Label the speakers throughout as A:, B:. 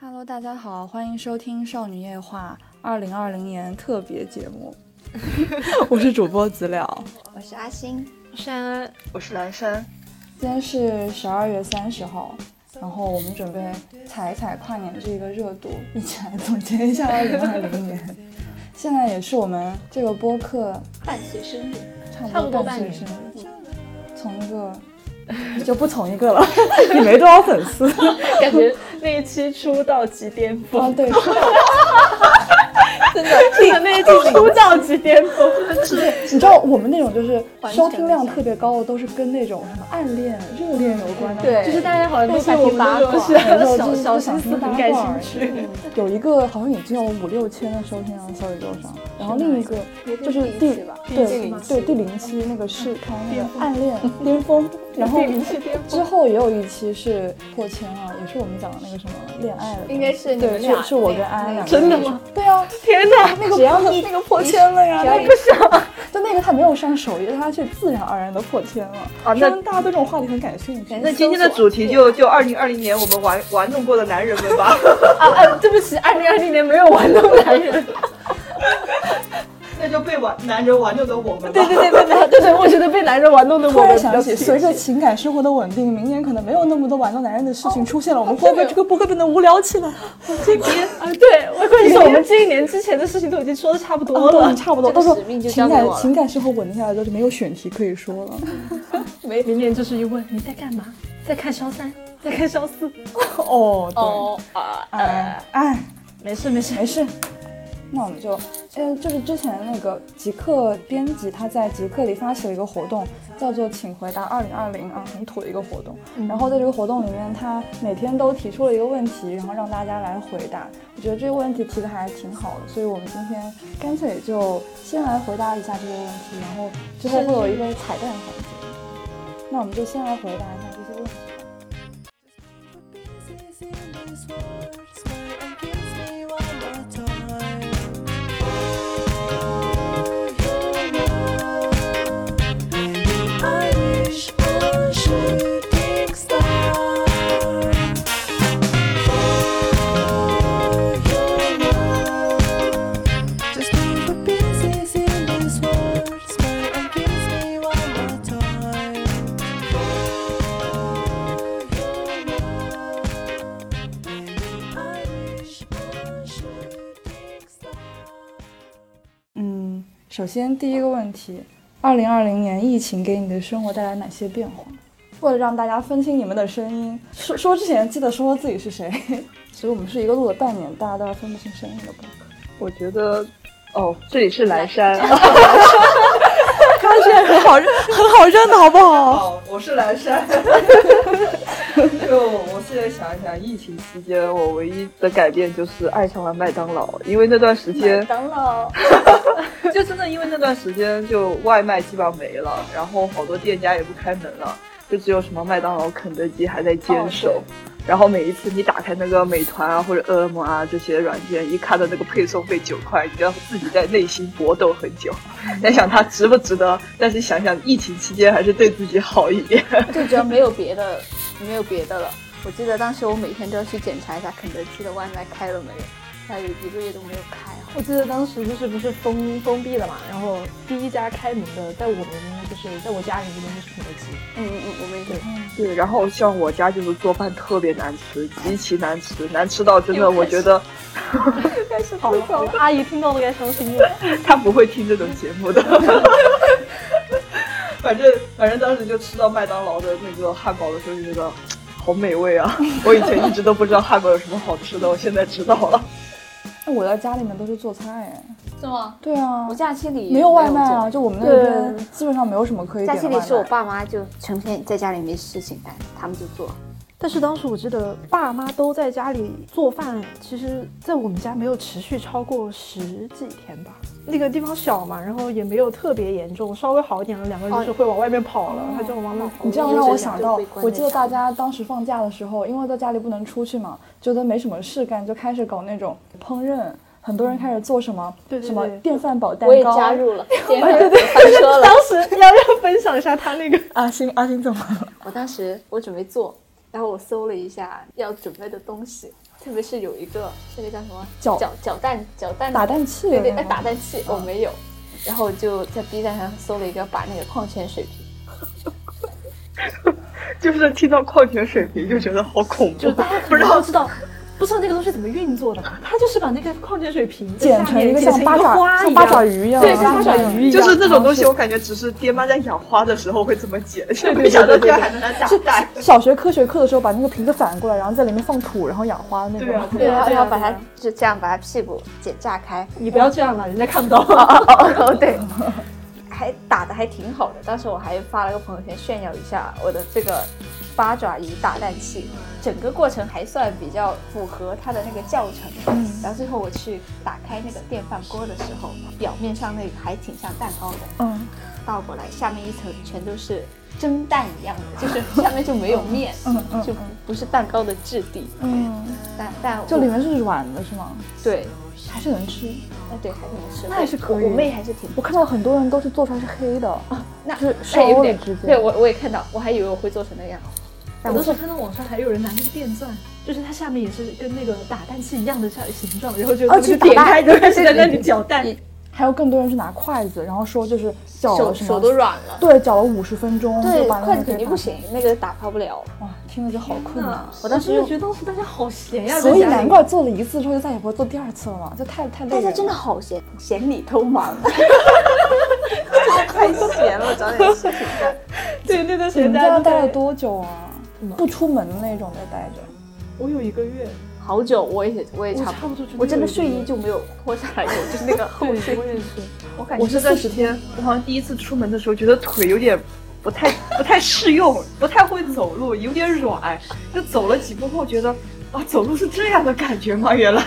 A: Hello，大家好，欢迎收听《少女夜话》二零二零年特别节目。我是主播子了，
B: 我是阿星，
C: 山恩，
D: 我是蓝山。
A: 今天是十二月三十号，然后我们准备踩一踩跨年这个热度，一起来总结一下二零二零年。现在也是我们这个播客
B: 伴随生日，
A: 差不
C: 差不多
A: 多
C: 半
A: 半嗯
C: 年
A: 岁生日，从一个就不从一个了， 你没多少粉丝。
C: 感觉那一期出道 即巅
A: 啊，
C: 峰，
A: 对，
C: 真的那一期出道即巅峰，
A: 你知道我们那种就是
B: 完全
A: 收听量特别高的，都是跟那种什么暗恋、热恋有关的。
C: 就是大家好像都对我们这种
A: 对
C: 小
A: 就是
C: 小小心思很感兴趣。
A: 有一个好像也只有五六千的收听量，小宇宙上，然后另一个就是第
B: 吧
A: 对对第零期那个是开那个暗恋巅 峰，然后之后也有一期是破千啊，也是我们讲的那个什么恋爱的东西，
B: 应该是你
A: 对，
B: 们俩
A: 是是我跟安安两个
C: 真的
A: 人
C: 吗？
A: 对啊，
C: 天哪，
A: 那个只要你那个破千了呀，那
B: 你
A: 不想， 就那个他没有上首页，他却自然而然的破千了，
D: 啊那
A: 说明大家对这种话题很感兴趣。
B: 那
D: 那今天的主题就就二零二零年我们玩玩弄过的男人们吧。
C: 啊啊！对不起，二零二零年没有玩弄男人。
D: 那就被玩男人玩弄的我们吧。
C: 对对对对对对，我觉得被男人玩弄的
A: 突
C: 我
A: 然
C: 们比较
A: 想起，随着情感生活的稳定，明年可能没有那么多玩弄男人的事情出现了，我们会不会这个播客变得无聊起来？
C: 今年啊，对，我关键是我们这一年之前的事情都已经说的差不多
A: 都
C: 了
A: 已经，差不多，
B: 这
A: 到
B: 个
A: 时候
B: 使命就
A: 情
B: 交给我
A: 感
B: 了
A: 情感生活稳定下来之后就没有选题可以说了。
C: 没明年就是一问你在干嘛，在看肖三，在看肖四。
A: 哦，对，
C: 哦啊，
A: 哎哎，
C: 没事没事，
A: 没事。那我们就，呃，就是之前那个极客编辑他在极客里发起了一个活动，叫做“请回答2020”啊，很土的一个活动。然后在这个活动里面，他每天都提出了一个问题，然后让大家来回答。我觉得这个问题提的还挺好的，所以我们今天干脆就先来回答一下这个问题，然后之后会有一个彩蛋环节。那我们就先来回答一下这些问题。嗯，首先第一个问题，二零二零年疫情给你的生活带来哪些变化？为了让大家分清你们的声音，说说之前记得说说自己是谁。 所以我们是一个录了半年，大家都要分不清声音的播客。
D: 我觉得，哦，这里是蓝山。
A: 看起来很好认，很好认的好不好？
D: 好，我是蓝山。 就我现在想一想，疫情期间我唯一的改变就是爱上了麦当劳，因为那段时间
A: 等老
D: 就真的因为那段时间就外卖基本上没了，然后好多店家也不开门了，就只有什么麦当劳、肯德基还在坚守。
A: 哦
D: 然后每一次你打开那个美团啊或者饿了么啊这些软件，一看到那个配送费九块，你就要自己在内心搏斗很久，在想它值不值得。但是想想疫情期间还是对自己好一点。
B: 就主要没有别的，没有别的了。我记得当时我每天都要去检查一下肯德基的外卖开了没有，那有一个月都没有开啊。
C: 我记得当时就是不是封封闭了嘛，然后第一家开门的，在我们就是在我家里这边就是肯德基，
B: 嗯嗯嗯，我们也是。
D: 对，然后像我家就是做饭特别难吃，极其难吃，难吃到真的我觉得
C: 但是好了，阿姨听到了该伤心 了。
D: 他不会听这种节目的。反正反正当时就吃到麦当劳的那个汉堡的时候，就觉得好美味啊！ 我以前一直都不知道汉堡有什么好吃的，我现在知道了。
A: 那我在家里面都是做菜哎。
B: 是吗？
A: 对啊
B: 我，假期里
A: 没有外卖
B: 做
A: 啊，就我们那边基本上没有什么可以
B: 假
A: 点的
B: 期
A: 外卖。
B: 里是我爸妈就成天在家里没事情干，他们就做。
C: 但是当时我记得爸妈都在家里做饭，其实在我们家没有持续超过十几天吧。那个地方小嘛，然后也没有特别严重，稍微好一点了，两个人就是会往外面跑了，他就往外跑
A: 你这样
B: 就
A: 让
B: 是
A: 我
B: 这样
A: 想
B: 就
A: 到
B: 被，关
A: 我
B: 在
A: 记得
B: 家
A: 大家当时放假的时候，因为在家里不能出去嘛，觉得没什么事干，就开始搞那种烹饪。很多人开始做什么，
C: 对对
A: 什么
C: 对
A: 电饭煲蛋糕。啊
B: 我也加入了，对对对，翻车了。
C: 当时要不要分享一下他那个？
A: 阿星，阿星怎么了？
B: 我当时我准备做，然后我搜了一下要准备的东西，特别是有一个这个叫什么
A: 搅
B: 搅搅蛋搅蛋
A: 打蛋器
B: 对对，
A: 那
B: 哎，
A: 种
B: 打蛋器我没有，然后我就在 B 站上搜了一个把那个矿泉水瓶，
D: 就是听到矿泉水瓶就觉得好恐怖
C: 就， 大家
D: 不
C: 可
D: 知
C: 能
D: 道
C: 都知道，不知道那个东西怎么运作的嘛？它就是把那个矿泉水瓶
A: 剪成一个像八爪像八爪鱼一样，
C: 对，像八爪
A: 嗯
C: 鱼一样，
D: 就是那种东西，
C: 然
D: 我
C: 后
D: 感觉只是爹妈在养花的时候会这么剪，没
C: 对
D: 想到
C: 对
D: 居然还能来打蛋。
A: 小学科学课的时候，把那个瓶子反过来，然后在里面放土，然后养花那种。
D: 对啊
C: 对
B: 然
C: 啊
B: 后
C: 对
B: 然
C: 啊
B: 后把它
C: 对啊
B: 就这样把它屁股剪炸开，
C: 你不要这样了，人家看不到。
B: 哦对， 还打的还挺好的。当时我还发了个朋友圈炫耀一下我的这个八爪鱼打蛋器，整个过程还算比较符合它的那个教程。嗯，然后最后我去打开那个电饭锅的时候，表面上那个还挺像蛋糕的，
A: 嗯
B: 倒过来下面一层全都是蒸蛋一样的，就是下面就没有面，
A: 嗯嗯
B: 就不是蛋糕的质地。
A: 嗯，
B: 但但我
A: 就里面是软的，是吗？
B: 对，
A: 还是能吃？
B: 哎对，还能吃，
A: 那还是可以
B: 我我妹还是挺
A: 我看到很多人都是做出来是黑的，
B: 那
A: 就是
B: 哎有
A: 烧了
B: 点
A: 直接。
B: 对我我也看到，我还以为我会做成那样。
C: 我那时候看到网上还有人拿那个电钻，就是它下面也是跟那个打蛋器一样的形状，然后就
A: 哦
C: 去
A: 去
C: 点
A: 打
C: 开
A: 蛋
C: 就开始在那里搅蛋。
A: 还有更多人是拿筷子，然后说就是搅
B: 手
A: 了什么，
B: 手都软了。
A: 对，搅了五十分钟，
B: 对
A: 就，把那个
B: 筷子肯定
A: 给
B: 不行，那个打发不了。
A: 打。哇，听着就好困
B: 嗯
A: 啊！
C: 嗯我当时就觉得当时大家好闲呀，
A: 所以
C: 在家里
A: 难怪做了一次之后就再也不会做第二次了嘛，这太太累
B: 大
A: 人了。
B: 家真的好闲，闲里 偷忙，真的太闲了，找 点事情干。
C: 对那段时
A: 你们
B: 嗯
C: 间大
A: 在
C: 家
A: 家
C: 都
A: 待了
C: 在，
A: 多久啊
C: 嗯？
A: 不出门那种在待着。
C: 我有一个月，
B: 好久，我也我也
C: 我
B: 差
C: 差
B: 不
C: 不
B: 多
C: 多，
B: 我真的睡衣就没有脱下来过，就是那个厚
C: 对，
B: 睡
C: 我。也是。
B: 我感
D: 我
B: 觉
D: 是在十天，我好像第一次出门的时候觉得腿有点不太不太适用，不太会走路，有点软，就走了几步后觉得啊，走路是这样的感觉吗？原来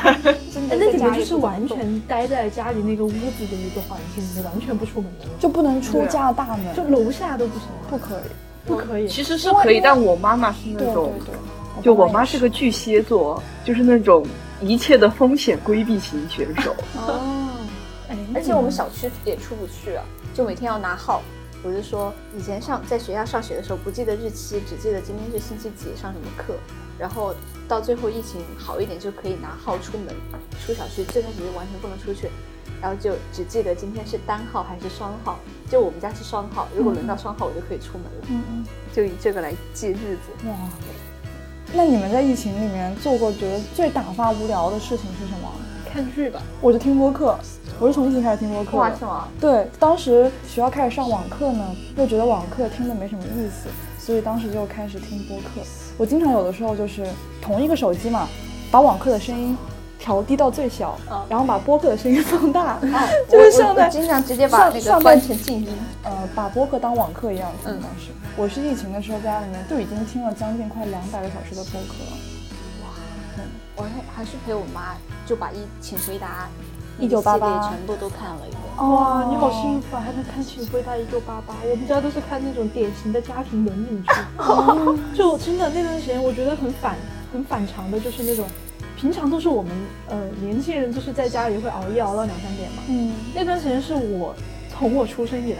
B: 真
C: 哎
B: 的
C: 那
B: 在
C: 你
B: 家
C: 们
B: 里
C: 就是完全待在家里那个屋子的一个环境里面，完全不出门的吗？
A: 就不能出
D: 对啊
A: 家大门，
C: 就楼下都不行，
A: 不可以。
C: 不可以。
D: 其实是可以，但我妈妈是那
A: 对对
D: 种，
A: 对，
D: 就我妈是个巨蟹座，就是那种一切的风险规避型选手。
C: 哦，哎，
B: 而且我们小区也出不去啊，就每天要拿号。我就说，以前上在学校上学的时候，不记得日期，只记得今天是星期几上什么课，然后到最后疫情好一点就可以拿号出门，出小区最开始就完全不能出去，然后就只记得今天是单号还是双号，就我们家是双号，如果轮到双号我就可以出门了，
A: 嗯嗯
B: 就以这个来记日子。
A: 哇。那你们在疫情里面做过觉得最打发无聊的事情是什么？
C: 看剧吧，
A: 我就听播客，我是从疫情开始听播客
B: 哇，
A: 的
B: 是。吗？
A: 对，当时学校开始上网课呢，又觉得网课听的没什么意思，所以当时就开始听播客。我经常有的时候就是同一个手机嘛，把网课的声音调低到最小，
B: 嗯
A: 然后把播客的声音放大，
B: 啊，
A: 就是
B: 我我
A: 上在
B: 我经常直接把
A: 上
B: 那
A: 上在
B: 个关成静音。
A: 呃，把播客当网课一样听。
B: 嗯
A: 当时、我是疫情的时候在家里面就已经听了将近快两百个小时的播客了。
B: 我还还是陪我妈就把一请回答
A: 一九八八
B: 那个系列全部都看了一遍。
C: 哇，你好幸福啊，还能看《请回答一九八八》。我们家都是看那种典型的家庭伦理剧，就真的那段时间，我觉得很反很反常的，就是那种平常都是我们呃年轻人就是在家里会熬夜熬到两三点嘛。
A: 嗯，
C: 那段时间是我从我出生以来，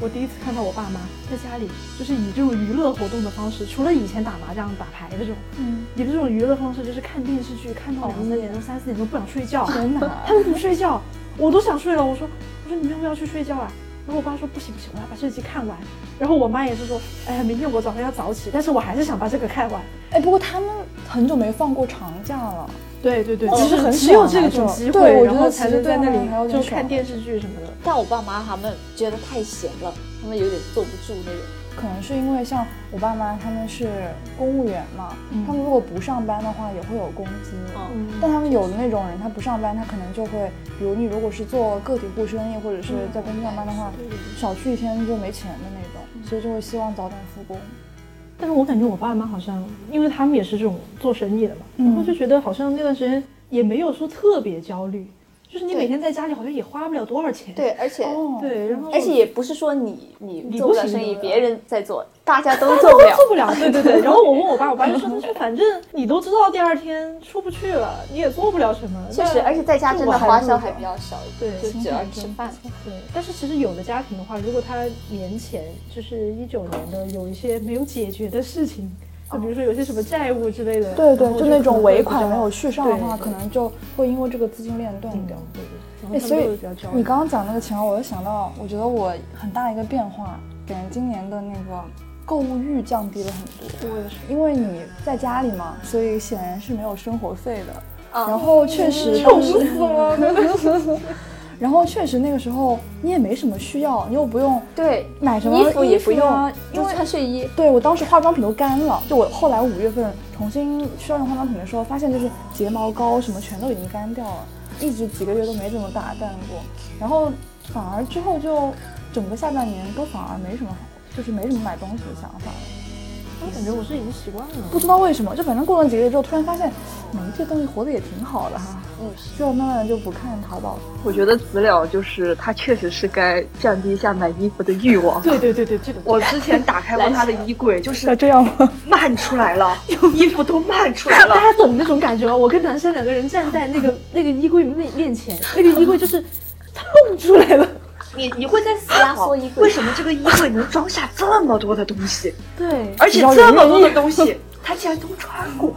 C: 我第一次看到我爸妈在家里就是以这种娱乐活动的方式，除了以前打麻将、打牌的这种，
A: 嗯，
C: 以这种娱乐方式就是看电视剧，看到两三点钟、三四点钟不想睡觉，
A: 哦天哪！
C: 他们不睡觉，我都想睡了。我说，我说你们要不要去睡觉啊？然后我爸说不行不行，我要把这集看完。然后我妈也是说，哎呀，明天我早上要早起，但是我还是想把这个看完。
A: 哎，不过他们很久没放过长假了。
C: 对对对，
A: 哦
C: 其实很
A: 很
C: 只有
A: 爽
C: 这
A: 啊
C: 种
A: 就
C: 机
A: 对
C: 会，
A: 我
C: 然
A: 觉
C: 后
A: 得
C: 才
A: 其
C: 能
A: 实
C: 在那
A: 这样还有
C: 里
A: 点
C: 就
A: 爽啊
C: 看电视剧什么的。
B: 但我爸妈他们觉得太闲了，他们有点坐不住那种。
A: 可能是因为像我爸妈他们是公务员嘛，
C: 嗯
A: 他们如果不上班的话也会有工资。
B: 哦
C: 嗯，
A: 但他们有的那种人，他不上班，他可能就会，比如你如果是做个体户生意或者是在公司上班的话，
C: 嗯
A: 少去一天就没钱的那种，所以就会希望早点复工。
C: 但是我感觉我爸妈好像，因为他们也是这种做生意的嘛，
A: 嗯
C: 然后就觉得好像那段时间也没有说特别焦虑，就是你
B: 对
C: 每天在家里好像也花不了多少钱。
B: 对，而且、
A: 哦，
C: 对，然后
B: 而且也不是说你
C: 你
B: 你
C: 不
B: 做不了
C: 行
B: 生意，
C: 的
B: 别人在做，大家都做不 了。
C: 做不了，对对对。然后我问我爸，我爸就说：“他说反正你都知道第二天出不去了，你也做不了什么。”
B: 确实，而且在家真的花销还比较少一点，
C: 对
B: 就只要吃饭。
C: 对，但是其实有的家庭的话，如果他年前就是一九年的有一些没有解决的事情，就比如说有些什么债务之类的，
A: 对对
C: 然，后
A: 就那
C: 可
A: 种
C: 能
A: 尾
C: 会
A: 款
C: 比较
A: 没有续上的
C: 对
A: 话，
C: 对
A: 可能就会因为这个资金链断
C: 定
A: 掉
C: 掉。，对对。
A: 哎，所以
C: 比较焦虑
A: 你刚刚讲那个钱，我又想到，我觉得我很大一个变化，感觉今年的那个购物欲降低了很多，
C: 我也是，
A: 因为你在家里嘛，所以显然是没有生活费的。
B: 啊
A: 然后确 实
C: 愁
A: 当时，然后确实那个时候你也没什么需要，你又不用
B: 对，
A: 买什么
B: 衣服也不
A: 啊
B: 用，
A: 因
B: 就
A: 为
B: 穿睡衣。
A: 对我当时化妆品都干了，就我后来五月份重新需要用化妆品的时候，发现就是睫毛膏什么全都已经干掉了，一直几个月都没怎么打扮过，然后反而之后就整个下半年都反而没什么好，就是没什么买东西的想法，
C: 我感觉我是已经习惯了，
A: 不知道为什么，就反正过了几个月之后，突然发现，嗯，这东西活得也挺好的哈，
B: 嗯，
A: 就慢慢的就不看淘宝了。
D: 我觉得子了就是他确实是该降低一下买衣服的欲望。
C: 对对对对，这个
D: 我之前打开过他的衣柜，就是
A: 这样吗？
D: 漫出来 了，衣服都漫出来
C: 大
D: 了。
C: 家懂那种感觉吗？我跟男生两个人站在那个 那个衣柜面面 前，那个衣柜就是它蹦出来了。
D: 你你会在思
B: 压
D: 考
B: 缩衣，柜
D: 为什么这个衣柜能装下这么多的东西，
C: 对，
D: 而且这么多的东 西，他竟然都穿过。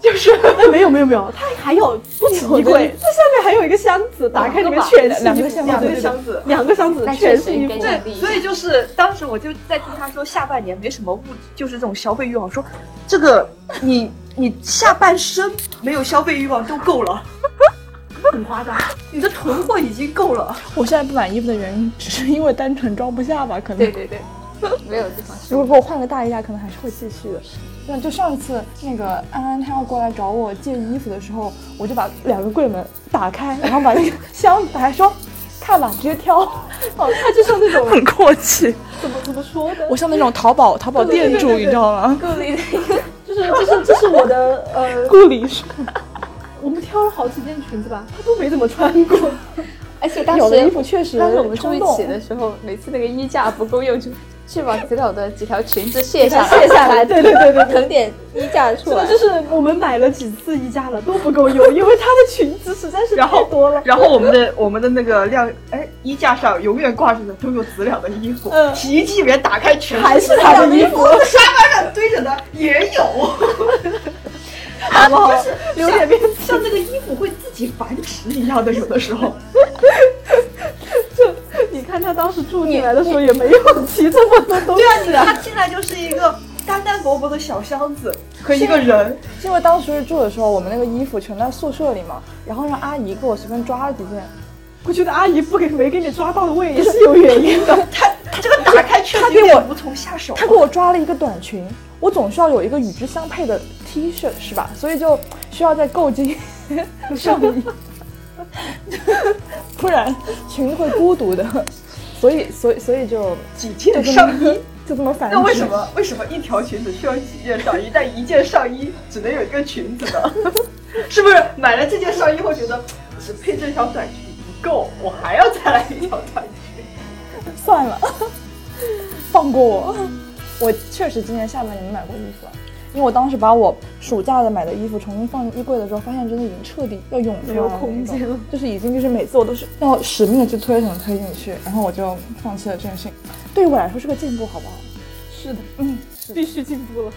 C: 就是哎没有没有没有，它还有不止衣
D: 觉
C: 柜
D: 得，
C: 它下面还有一个箱子，打开里面
B: 吧
C: 全是
A: 两
C: 衣
A: 个
C: 服
A: 箱
D: 子
C: 对
D: 两个
C: 对对
D: 箱子
C: 两个箱子
B: 那
C: 全
B: 确
C: 是
B: 实
C: 衣
B: 应
C: 服
B: 该。
D: 对，啊所以就是当时我就在听他说下半年没什么物，就是这种消费欲望。我说这个你 你下半生没有消费欲望都够了，
C: 很夸张，
D: 你的囤货已经够了。
A: 我现在不买衣服的原因，只是因为单纯装不下吧，可能。
B: 对对对，没有地方
A: 如果。
B: 收
A: 给我换个大衣架，可能还是会继续的。那就上次那个安安她要过来找我借衣服的时候，我就把两个柜门打开，然后把那个箱子打开，说：“看吧，直接挑。
C: 哦，它就像那 种”
A: 很阔气，
C: 怎么怎么说的，
A: 我像那种淘宝淘宝店主，你知道吗？
B: 顾里的一个
C: 就是就是这是我的 呃，
A: 顾里说，
C: 我们挑了好几件裙子吧，它都没怎么穿 过。
B: 而且当时
A: 有的衣服确实
B: 当时我们住
A: 冲
B: 一
A: 动
B: 起的时候，每次那个衣架不够用，就去把子了的几条裙子卸下
C: 卸下来对对对对 对
B: 腾点衣架出来
C: 这。就是我们买了几次衣架了都不够用，因为它的裙子实在是
D: 然
C: 太
D: 后
C: 多了。
D: 然后我们的我们的那个晾哎衣架上永远挂着的都有子了的衣服，
C: 嗯
D: 洗衣机里面打开全
C: 还是他的衣服，
D: 沙发上堆着的也有，
C: 好不好？留点面子，
D: 像那个衣服会自己繁殖一样的，有的时 候。
C: 就你看他当时住进来的时候也没有提这么多东
D: 对啊，你
C: 西
D: 看它进来就是一个单单薄薄的小箱子和一个人，
A: 因为当时住的时候，我们那个衣服全在宿舍里嘛，然后让阿姨给我随便抓了几件，
C: 我觉得阿姨不给没给你抓到位也是有原因的。
D: 它它这个 打开确实有
A: 它给
D: 点
A: 我
D: 无从下手。
A: 他给我抓了一个短裙，我总需要有一个与之相配的 T 恤，是吧？所以就需要再购 进上衣， 不然裙子会孤独的。所以，所以，所以就
D: 几
A: 就
D: 件
A: 这
D: 上
A: 么
D: 衣，
A: 就这么反。
D: 那为什？么为什么一条裙子需要几件上衣，但一件上衣只能有一个裙子呢？ 是不是买了这件上衣后觉得只配这条短裙不够，我还要再来一条短裙？
A: 算了， 放过我。我确实今年下半年没买过衣服了，啊因为我当时把我暑假的买的衣服重新放进衣柜的时候，发现真的已经彻底要涌出来了
C: 没有空间了，
A: 就是已经就是每次我都是要使命的去推才能推进去，然后我就放弃了这件事情。对于我来说是个进步，好不好？
C: 是的，
A: 嗯，
C: 必须进步了。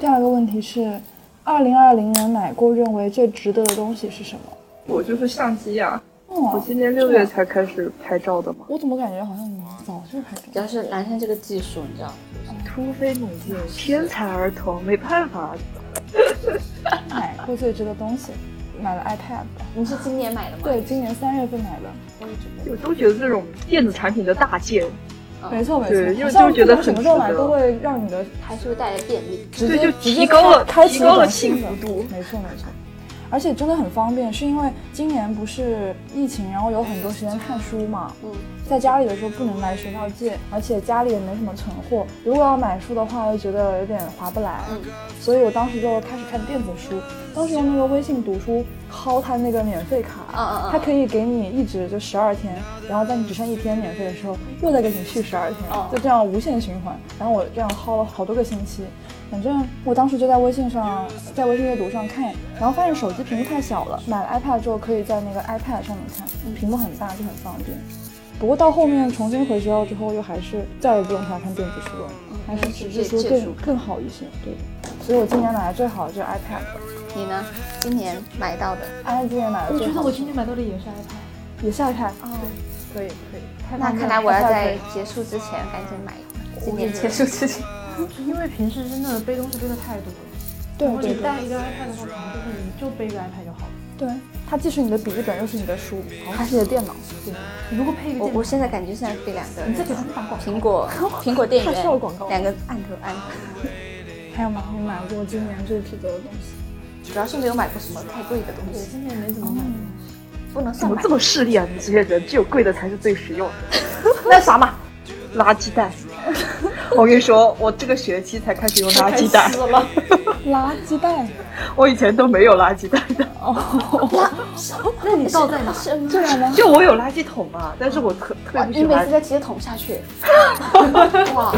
A: 第二个问题是，二零二零年买过认为最值得的东西是什么？
D: 我就是相机啊呀、
A: 哦，
D: 年
A: 六月
D: 才开始拍照的嘛，
A: 哦我怎么感觉好像你早就开始
B: 主要是男生这个技术，你知道吗？
D: 突飞猛进，天才儿童，没办法，
A: 买过最值得的东西？买了 iPad 吧。
B: 你是今年买的吗？
A: 对，，今年三月份买的，
B: 我也觉得。
D: 我都觉得这种电子产品的大件，
B: 嗯
A: 没错没错，
D: 对就
A: 好像
D: 就觉得
A: 不管什么
D: 很
A: 时候
D: 值
A: 买
D: 得
A: 都会让你的
B: 还是会带来便利。
A: 直
D: 对
A: 接
D: 就
A: 直接
D: 提高了
A: 开开启
D: 提高
A: 一种
D: 了
A: 兴
D: 幸福
A: 奋
D: 度
A: 没错没错，而且真的很方便，是因为今年不是疫情，然后有很多时间看书嘛，
B: 嗯，
A: 在家里的时候不能来学校借，而且家里也没什么存货，如果要买书的话，又觉得有点划不来，
B: 嗯
A: 所以我当时就开始看电子书，当时用那个微信读书薅它那个免费卡，
B: 嗯嗯嗯
A: 它可以给你一直就十二天，然后在你只剩一天免费的时候，又再给你续十二天，
B: 哦
A: 就这样无限循环。然后我这样薅了好多个星期，反正我当时就在微信上，在微信阅读上看，然后发现手机屏幕太小了，买了 iPad 之后可以在那个 iPad 上面看，屏幕很大就很方便。不过到后面重新回学校之后，又还是再也不用它看电子书了，还是纸质书
B: 借借书
A: 更更好一些。对，所以我今年买的最好的就是 iPad，
B: 你呢？今年买到的，
A: 安安今年买的
C: 我
A: 最
C: 觉得
A: 好
C: 我
A: 的
C: 今天买到的也是 iPad。
A: 也是 iPad。
C: 可以可以，太
B: 哦那
C: 方
B: 看
C: 便了
B: 来我要
A: iPad
B: 在
A: 可
B: 结束之前赶紧买一个，今年结束之前。
C: 因为平时真的背东西背的太多了，
A: 对
C: 然后
A: 对
C: 你
A: 对
C: 带一个 iPad 的话，可能就是你就背个 iPad 就好了。
A: 对，嗯它既是你的笔记本，又是你的书，还是你的电脑。
C: 对，你如果配一个
B: 我
C: 电脑，
B: 我现在感觉像这两个
C: 你在给他们打广告。
B: 苹 果苹果电影
C: 太需要
B: 院
C: 广告了
B: 两个按头按头，
A: 还有吗？你买过今年最值得的东西？
B: 主要是没有买过什么太贵的东
C: 对，
B: 西，
C: 今年没怎么买。
B: 不能
D: 怎
B: 算
D: 么
B: 买
D: 这。么势利啊？你们这些人，只有贵的才是最实用的。
B: 那啥嘛，
D: 垃圾 袋，我跟你说，我这个学期才开始用垃圾袋，
C: 了，
A: 垃圾袋。
D: 我以前都没有垃圾袋的。
B: 那你
C: 倒在哪
B: 是
A: 这样吗？
D: 就我有垃圾桶嘛，但是我特特别
B: 哇
D: 不
B: 你
D: 喜
B: 每
D: 欢
B: 次。在直接捅下 去，哇！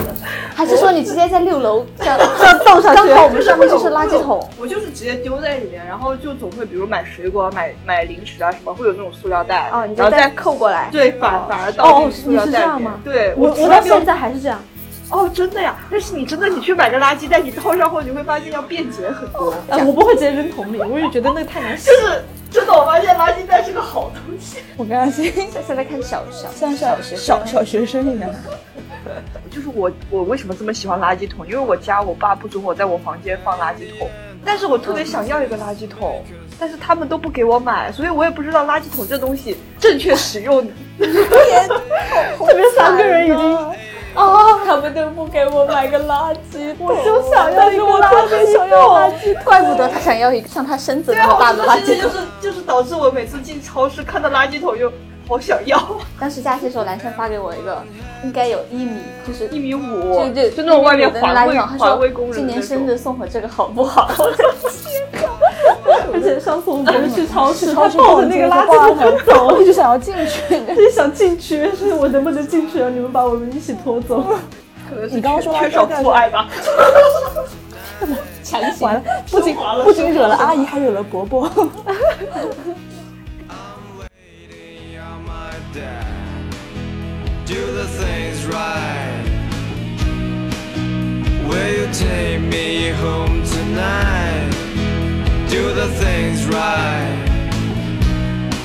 B: 还是说你直接在六楼这样这样
D: 倒上去
B: 刚好我们上面就是垃圾桶。
D: 我就是直接丢在里面，然后就总会比如买水果、买买零食啊什么，会有那种塑料袋，
B: 哦，你
D: 然
B: 就
D: 后
B: 再
D: 再
B: 扣过来。
D: 对反反而倒进
C: 哦
D: 塑料
C: 你是
D: 袋
C: 这
D: 里
C: 样
D: 面
C: 吗
D: 对，
C: 我
D: 从
C: 我
D: 来
C: 到
D: 没有
C: 现在还是这样。
D: 哦，真的呀！但是你真的，你去买个垃圾袋，你套上后，你会发现要便捷很多。
C: 哎，我不会直接扔桶里，我也觉得那个太难洗
D: 就。是真的，我发现垃圾袋是个好东西。
A: 我跟阿星
B: 现现在看小小
A: 像小
B: 学
A: 小小学生一样。
D: 就是我，我为什么这么喜欢垃圾桶？因为我家我爸不准我在我房间放垃圾桶，但是我特别想要一个垃圾桶，但是他们都不给我买，所以我也不知道垃圾桶这东西正确使用。
C: 特别三个人已经，
B: 哦，他们都不给我买个垃圾桶，我
C: 就想要一个垃圾桶。
B: 怪不得他想要一个像他身 子
D: 对
B: 那
D: 啊，
B: 么
D: 我
B: 大
D: 觉得
B: 的垃
D: 这就
B: 圾桶。
D: 是就是导致我每次进超市看到垃圾桶就好想要，
B: 当时假期的时候，蓝山发给我一个，应该有一米，就是
D: 一米
B: 就
D: 五，
B: 就
D: 就那种外面
B: 有的
D: 环
B: 垃圾
D: 卫
B: 桶他
D: 环卫
B: 说
D: 工人
B: 今
D: 的
B: 年
D: 那
B: 生
D: 种。
B: 日送我这个好不 好？我的天哪！
C: 而且上次我们 去超市，
A: 超
C: 他
A: 市
C: 抱着那个垃圾桶不 走，
A: 我一直想要进去。
C: 他就想进去， 是我能不能进去啊？你们把我们一起拖走。
D: 可能是
A: 你刚刚
D: 缺
A: 说垃圾
D: 缺少
A: 袋
D: 父爱吧，
B: 强行
A: 完了，不仅
D: 升华了
A: 不仅惹了阿姨，还惹了伯伯。
E: I'm waiting on my dad. Do the things right. Will you take me home tonight? Do the things right.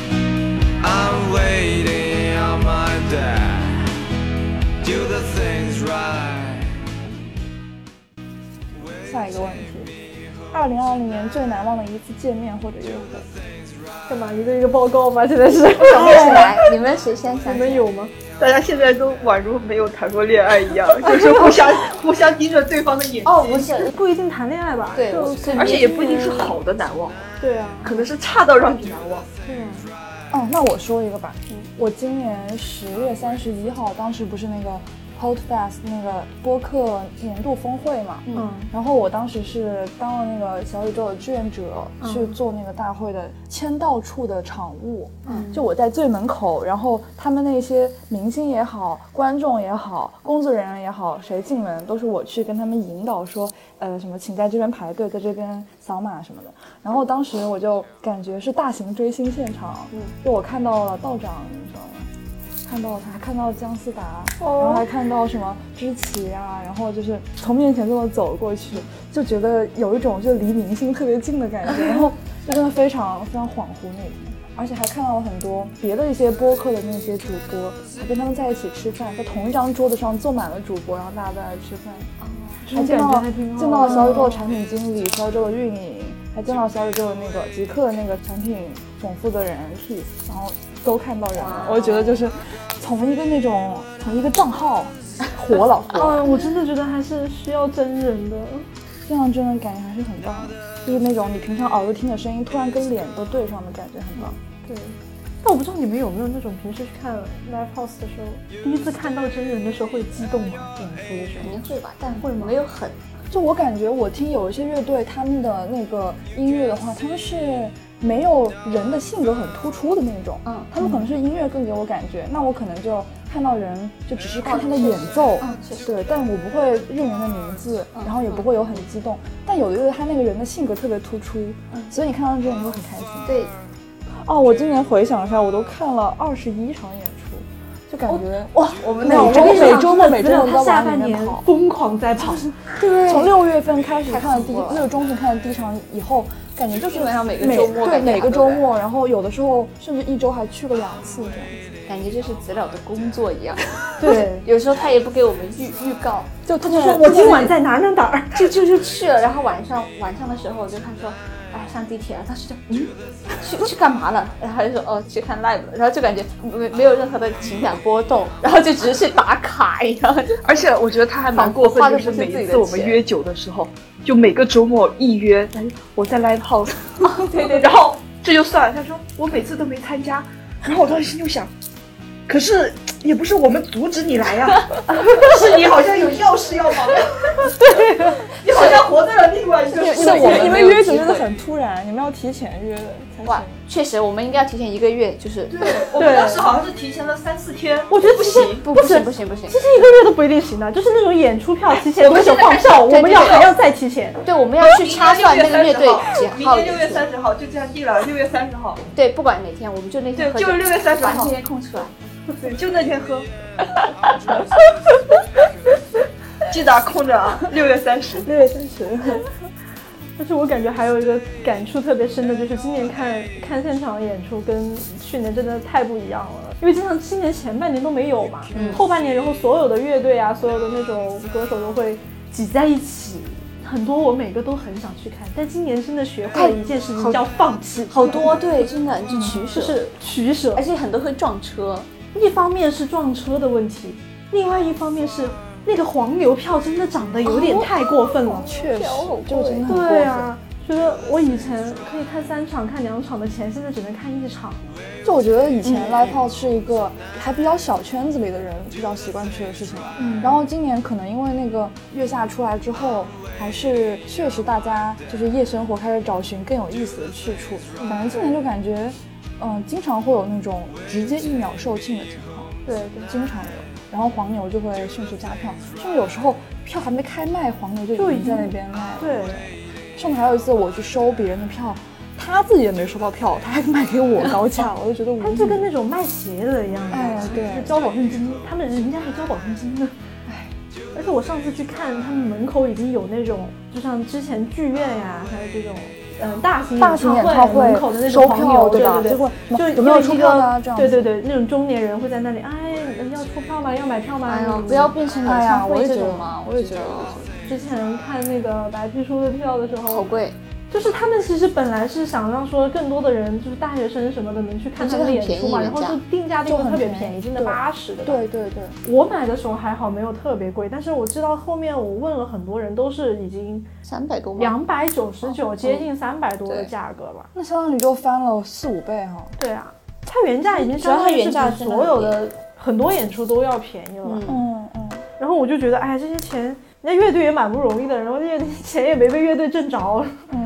E: I'm waiting on my dad. Do the things right.
A: 下一个问题，二零二零年最难忘的一次见面或者约会，
C: 干嘛一个一个报告吗？现在是
B: 想不起来，你们谁先想
C: 你
B: 起来？
C: 们有吗？
D: 大家现在都宛如没有谈过恋爱一样，就是互 相互相盯着对方的眼睛，
B: 哦，不是，
C: 不一定谈恋爱吧？
B: 对，
C: 就
B: 我是
D: 而且也不一定是好的难忘，
C: 对啊，
D: 可能是差到让你难忘。
C: 对啊。
A: 哦，那我说一个吧。我今年十月三十一号，当时不是那个 Podfest 那个播客年度峰会嘛，嗯
C: 嗯，
A: 然后我当时是当了那个小宇宙的志愿者，去做那个大会的签到处的场务。嗯，就我在最门口，然后他们那些明星也好，观众也好，工作人员也好，谁进门都是我去跟他们引导说，呃，什么请在这边排队，在这边扫码什么的。然后当时我就感觉是大型追星现场，就我看到了道长，你知道吗？看到他，还看到姜思达，然后还看到什么知棋啊，然后就是从面前这么走过去，就觉得有一种就离明星特别近的感觉，然后就真的非常非常恍惚那天。而且还看到了很多别的一些播客的那些主播，还跟他们在一起吃饭，在同一张桌子上坐满了主播，然后大家在那儿吃饭。还
C: 种
A: 见
C: 感
A: 到
C: 觉还挺好
A: 嗯
C: 嗯
A: 见到嗯了小宇宙的产品经理、小宇宙的运营，还见到小宇宙的那个极客的那个产品总负责人 T，然后都看到人了。我觉得就是从一个那种从一个账号火 了火，
C: 嗯，我真的觉得还是需要真人的。
A: 这样真的感觉还是很棒的。就是那种你平常耳朵听的声音，突然跟脸都对上的感觉，很棒。
C: 对，但我不知道你们有没有那种平时去看 live house 的时候，第一次看到真人的时候会激动吗？演出的时
B: 肯
C: 候，
B: 定会吧，但
C: 会吗
B: 没有很
A: 就我感觉，我听有一些乐队他们的那个音乐的话，他们是没有人的性格很突出的那种，
B: 嗯
A: 他们可能是音乐更给我感觉，那我可能就看到人就只是看
C: 哦
A: 他的演奏，
B: 嗯确实
A: 对，但我不会认人的名字，
B: 嗯
A: 然后也不会有很激动，但有的乐队他那个人的性格特别突出，
B: 嗯
A: 所以你看到之后你会很开心。
B: 对。
A: 哦，我今年回想一下，我都看了二十一场演出，就感觉、
C: 哦哇，我们
A: 每
C: 那
A: 周
C: 我跟你讲
A: 每周末每周末
C: 资料
A: 都在
C: 他下
A: 往
C: 半
A: 里面
C: 年
A: 跑。
C: 疯狂在跑，
B: 对
A: 从六月份开始看的第
B: 太恐怖了
A: 六中旬看的第一场以后，感觉就是
B: 基本上每个周末
A: 对
B: 感觉
A: 每个
B: 都
A: 周
B: 在
A: 末，然后有的时候甚至一周还去个两次这样子。
B: 感觉就是资料的工作一样，
C: 对，
B: 有时候他也不给我们预预告，
A: 就他就
C: 说
A: 说
C: 我今晚在哪儿哪儿哪儿，
B: 就就就去了，然后晚上晚上的时候我就看说，哎，上地铁了，当时就嗯，去去干嘛了？然后就说哦，去看 live 了，然后就感觉没没有任何的情感波动，然后就只是去打卡一样。
D: 而且我觉得他还蛮过分，就是每一次我们约酒的时候，就每个周末一约，哎，我在 live house，对 对，然后这就算了。他说我每次都没参加，然后我当时心就想，可是也不是我们阻止你来呀、 是你好像有要事要 忙，对，你好像活在了另外一个世
A: 你
D: 界
A: 们
B: 我们
A: 你
B: 没
A: 们
B: 有
A: 约酒
B: 机
A: 真的
B: 会
A: 很突然，你们要提前约的才
B: 哇
A: 行。，
B: 确实，我们应该要提前一个月，就是
D: 对，啊我们当时好像是提前了三四天，
C: 我觉得不行，
B: 不不行不行不行
C: 提，前一个月都不一定行的，就是那种演出票提前
B: 我
C: 多
B: 们
C: 久
B: 现在
C: 放
B: 还
C: 票，
B: 对
C: 我
B: 对
C: 们要
B: 对
C: 还要再提前。
B: 对，我们要去插算那个乐队几号
D: 明天六月
B: 演出，
D: 三十号，就这样定了，六月三十号，
B: 对，不管哪天，我们就那
D: 对，
B: 天喝
D: 就
B: 酒
D: 是，六月三十
B: 把
D: 号
B: 今，天空出来。
D: 对，就那天喝。 记得啊空着啊，六月三十。
A: 六月三十，
C: 但是我感觉还有一个感触特别深的，就是今年看看现场演出跟去年真的太不一样了，因为经常今年前半年都没有嘛，
B: 嗯
C: 后半年然后所有的乐队啊，所有的那种歌手都会挤在一起，很多我每个都很想去看，但今年真的学会了一件事情
B: 好
C: 叫放弃，
B: 好多对，真
D: 嗯
B: 的就取
C: 就
B: 舍，
C: 是取舍
B: 而，且很多会撞车，
C: 一方面是撞车的问题，另外一方面是那个黄牛票真的涨得有点
B: 哦
C: 太过分了，
A: 确实，就真的很过
C: 对
A: 分。
C: 啊，觉得我以前可以看三场、看两场的钱，现在只能看一场。
A: 就我觉得以
C: 嗯
A: 前 live house 是一个还比较小圈子里的人比较习惯去的事情，
C: 嗯
A: 然后今年可能因为那个月下出来之后，还是确实大家就是夜生活开始找寻更有意思的去处，反正今年就感觉，嗯，经常会有那种直接一秒售罄的情况，
C: 对对，
A: 经常有，然后黄牛就会迅速加票，甚至有时候票还没开卖，黄牛就
C: 就
A: 已
C: 已
A: 经
C: 经
A: 在那边卖了，
C: 对，
A: 甚至还有一次我去收别人的票。他自己也没收到票，他还卖给我高价，我就觉得无语。
C: 他们就跟那种卖鞋的一样，
A: 哎对哎
C: 就是交保证金，他们人家是交保证金的。而且我上次去看，他们门口已经有那种，就像之前剧院呀、还有这种，嗯、大型
A: 大型演唱会
C: 门口的那种黄牛，
A: 收票对吧
C: 对
A: 就
C: 对
A: 会
C: 对，就
A: 有没有
C: 一
A: 出
C: 个
A: 票啊这样子
C: 对对对，那种中年人会在那里，哎，要出票吗？要买票吗？
B: 哎呀
C: 嗯，
B: 不要变成演
A: 哎呀
B: 唱
A: 我
B: 会
A: 也
B: 这
A: 觉
B: 种
A: 得
B: 嘛，
A: 我也觉得
C: 之前看那个白皮书的票的时
B: 好
C: 候，
B: 贵，
C: 就是他们其实本来是想让说更多的人，就是大学生什么的能去看他们的演出嘛，
B: 我觉得很便宜
C: 然后就定价定的特别便宜，
A: 就很便
C: 定
A: 宜
C: 的八十的。，
A: 对对对，
C: 我买的时候还好没有特别贵，但是我知道后面我问了很多人，都是已经
B: 三百多吗？
C: 两百九十九，接近三百多的
B: 对
C: 价格吧。
A: 那相当于就翻了四五倍哈、
C: 对啊，它原价已经相当于是比所有的很多演出都要便宜了。
B: 嗯，
A: 嗯嗯，
C: 然后我就觉得，哎，这些钱人家乐队也蛮不容易的，然后乐队钱也没被乐队挣着。
A: 嗯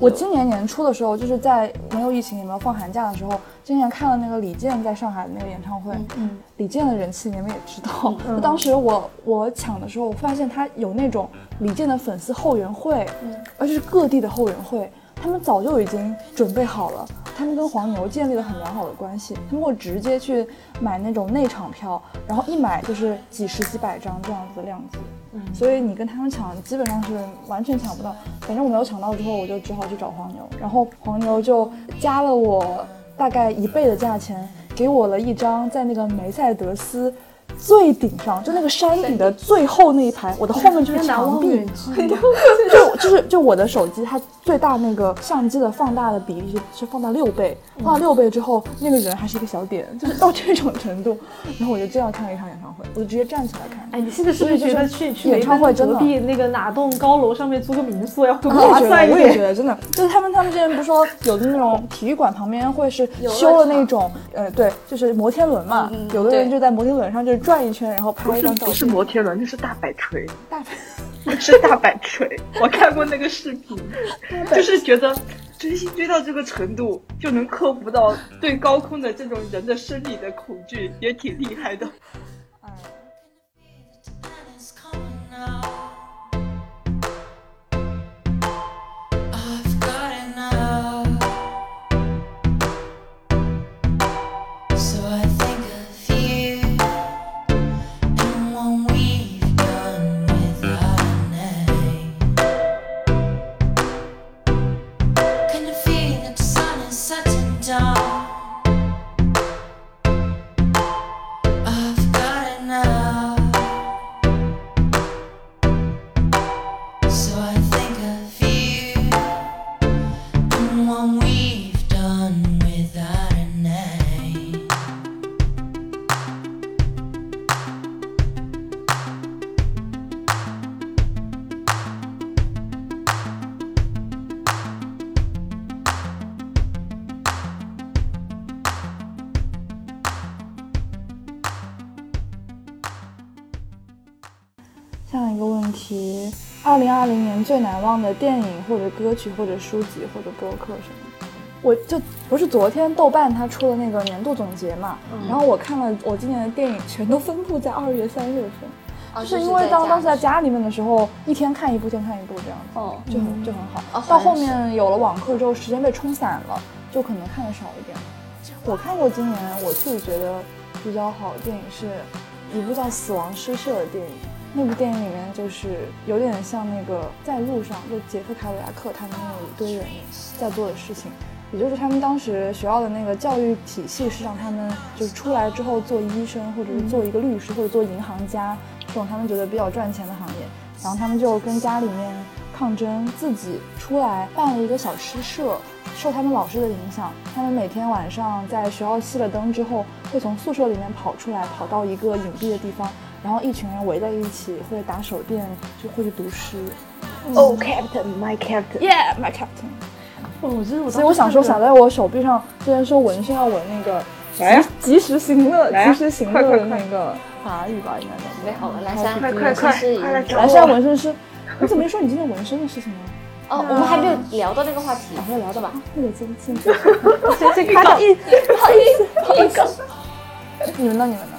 A: 我今年年初的时候，就是在没有疫情，也没有放寒假的时候，今年看了那个李健在上海的那个演唱会。
C: 嗯，
A: 李健的人气你们也知道，
C: 嗯
A: 当时我我抢的时候，我发现他有那种李健的粉丝后援会，
C: 嗯
A: 而且是各地的后援会，他们早就已经准备好了，他们跟黄牛建立了很良好的关系，他们会直接去买那种内场票，然后一买就是几十几百张这样子的量级，所以你跟他们抢基本上是完全抢不到。反正我没有抢到之后，我就只好去找黄牛，然后黄牛就加了我大概一倍的价钱，给我了一张在那个梅赛德斯。最顶上，就那个山顶的最后那一排，我的后面就是
C: 要拿
A: 墙
C: 望
A: 壁，
C: 远镜，
A: 就就是就我的手机，它最大那个相机的放大的比例是是放到六倍，放到六倍之后，那个人还是一个小点，就是到这种程度。然后我就这样看了一场演唱会，我就直接站起来看。
C: 哎，你现在是不是觉得去去
A: 演唱会真的
C: 隔壁那个哪栋高楼上面租个民宿要更
A: 我也
C: 划
A: 觉
C: 算
A: 得，
C: 一
A: 我也觉
C: 点？
A: 得，真的，就是他们他们之前不是说有的那种体育馆旁边会是
B: 游乐
A: 修了那种，呃，对，就是摩天轮嘛，
B: 嗯嗯
A: 有的人
B: 对
A: 就在摩天轮上就是转一圈，然后
D: 不
A: 拍一
D: 是
A: 张照
D: 不
A: 片。
D: 是摩天轮，那是大摆锤，
A: 大摆
D: 是大摆锤。我看过那个视频，就是觉得追星追到这个程度，就能克服到对高空的这种人的生理的恐惧，也挺厉害的。
F: I've got enough. So I think of you and what we've done with our name. Can you feel that the sun is setting down? I've got enough. So I think of you and what we've done without a name.
A: 下一个问题，二零二零年最难忘的电影或者歌曲或者书籍或者播客什么？我就不是昨天豆瓣它出了那个年度总结嘛，然后我看了我今年的电影全都分布在二月三月份，
B: 啊
A: 就是
B: 就
A: 因为
B: 在
A: 当
B: 家
A: 当时在
B: 的时
A: 家里面的时候，一天看一部，一天看一部这样子，
B: 候哦，
A: 就很就很好。
B: 哦
A: 到
B: 好像
A: 后面有了网课之后，时间被冲散了，就可能看的少一点。我看过今年我自己觉得比较好的电影是一部叫《死亡诗社》的电影。那部电影里面就是有点像那个在路上，就杰克凯维亚克他们那一堆人在做的事情，也就是他们当时学校的那个教育体系是让他们就是出来之后做医生，或者
B: 嗯
A: 是做一个律师，或者做银行家这种他们觉得比较赚钱的行业。然后他们就跟家里面抗争，自己出来办了一个小诗社。受他们老师的影响，他们每天晚上在学校熄了灯之后，会从宿舍里面跑出来，跑到一个隐蔽的地方，然后一群人围在一起，会打手电，就会去读诗。
D: Oh Captain, my Captain。
A: Yeah, my captain。
C: 哦我真的，
A: 所以我想说，想
C: 到
A: 在我手臂上，之前说纹身要纹那个
D: 来呀，
A: 及时行乐、
D: 来啊
A: 及时行
D: 快
A: 乐
D: 快
A: 的
D: 快
A: 那个法语吧，应该叫嗯
B: 准备好了，蓝山，
D: 快快快
B: 试一
D: 快来找
A: 蓝
D: 我！
A: 山哎纹身师，你怎么没说你今天纹身的事情呢？
B: 哦，我们还没有聊到那个话题，
A: 没有聊
B: 是
A: 到
B: 吧？
A: 那个真进去。
C: 这这卡到一
B: 不好意思，不好意思。
A: 你们呢？你们呢？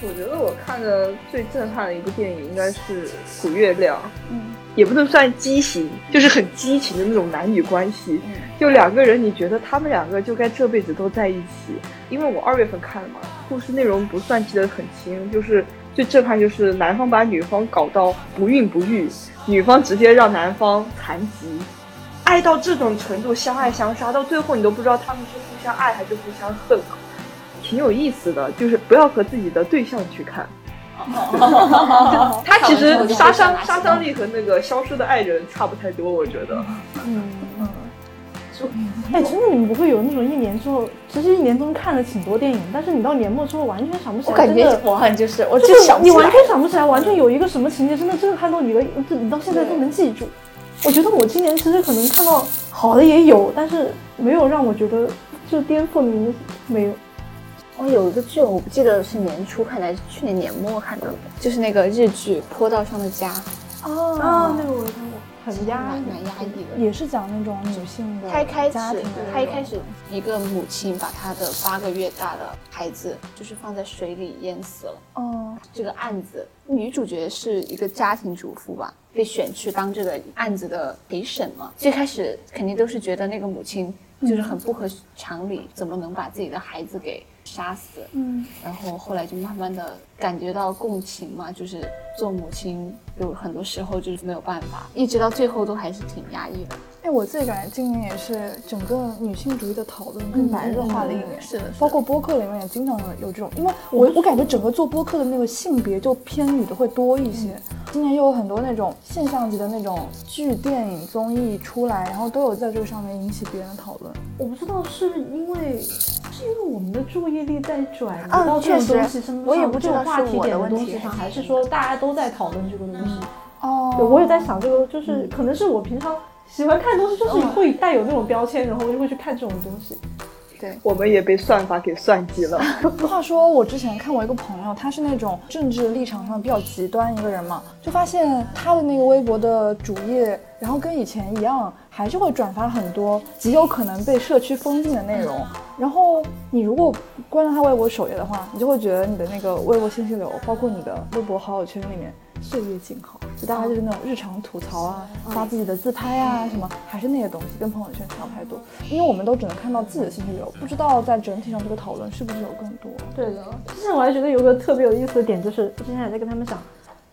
D: 我觉得我看的最震撼的一部电影应该是《苦月亮》，
A: 嗯，
D: 也不能算畸形，就是很激情的那种男女关系。就两个人，你觉得他们两个就该这辈子都在一起？因为我二月份看的嘛，故事内容不算记得很清，就是最震撼就是男方把女方搞到不孕不育，女方直接让男方残疾。爱到这种程度，相爱相杀，到最后你都不知道他们是互相爱还是互相恨，挺有意思的。就是不要和自己的对象去看，它其实杀伤杀伤力和那个《消失的爱人》差不太多，我觉得。
C: 嗯哎，真的，你们不会有那种一年之后，其实一年中看了挺多电影，但是你到年末之后完全想不起
B: 我
C: 来，
B: 感
C: 真
B: 觉
C: 的
B: 我好像就是，我
C: 就
B: 就是想
C: 你
B: 不起
C: 完
B: 来
C: 全想不起来，完全有一个什么情节真的震撼到你了，就你到现在都能记住。我觉得我今年其实可能看到好的也有，但是没有让我觉得就颠覆你们没有。
B: 我有一个剧，我不记得是年初看的还是去年年末看的，就是那个日剧《坡道上的家》，
C: 啊，那个我也看过，很压
B: 蛮
C: 抑。
B: 蛮压抑的。
A: 也是讲那种女性的
B: 他一开
A: 家
B: 始
A: 庭的，
B: 他一开始一个母亲把她的八个月大的孩子就是放在水里淹死了。
A: 哦，
B: 这个案子，女主角是一个家庭主妇吧，被选去当这个案子的陪审嘛。最开始肯定都是觉得那个母亲就是很不合常理，怎么能把自己的孩子给杀死？
C: 嗯，
B: 然后后来就慢慢的感觉到共情嘛，就是做母亲有很多时候就是没有办法，一直到最后都还是挺压抑的。
A: 哎，我自己感觉今年也是整个女性主义的讨论更白热化了一年，
B: 嗯嗯是的是的
A: 包括播客里面也经常有有这种，因为我我感觉整个做播客的那个性别就偏女的会多一些。
B: 嗯
A: 今年又有很多那种现象级的那种剧、电影、综艺出来，然后都有在这个上面引起别人的讨论。
C: 我不知道是因为是因为我们的注意力在转移
B: 啊
C: 到这
B: 确
C: 种
B: 实
C: 东西身上，
B: 我也不知
C: 这
B: 道
C: 种话
B: 是
C: 题
B: 我的
C: 点
B: 问
C: 东
B: 题
C: 西上，
B: 还
C: 还
B: 是嗯
C: 是说大家都在讨论这个东西？
A: 哦
C: 对，我也在想这个，就是可能是我平常喜欢看东西，就是
B: 嗯
C: 会带有那种标签，然后我就会去看这种东西。
D: 我们也被算法给算计了。
A: 话说，我之前看我一个朋友，他是那种政治立场上比较极端一个人嘛，就发现他的那个微博的主页，然后跟以前一样，还是会转发很多极有可能被社区封禁的内容。然后你如果关了他微博首页的话，你就会觉得你的那个微博信息流，包括你的微博好友圈里面。岁月静好，就大家就是那种日常吐槽啊，发自己的自拍啊，什么还是那些东西，跟朋友圈差不太多。因为我们都只能看到自己的信息流，不知道在整体上这个讨论是不是有更多。
C: 对的，之前我还觉得有个特别有意思的点，就是我之前还在跟他们讲，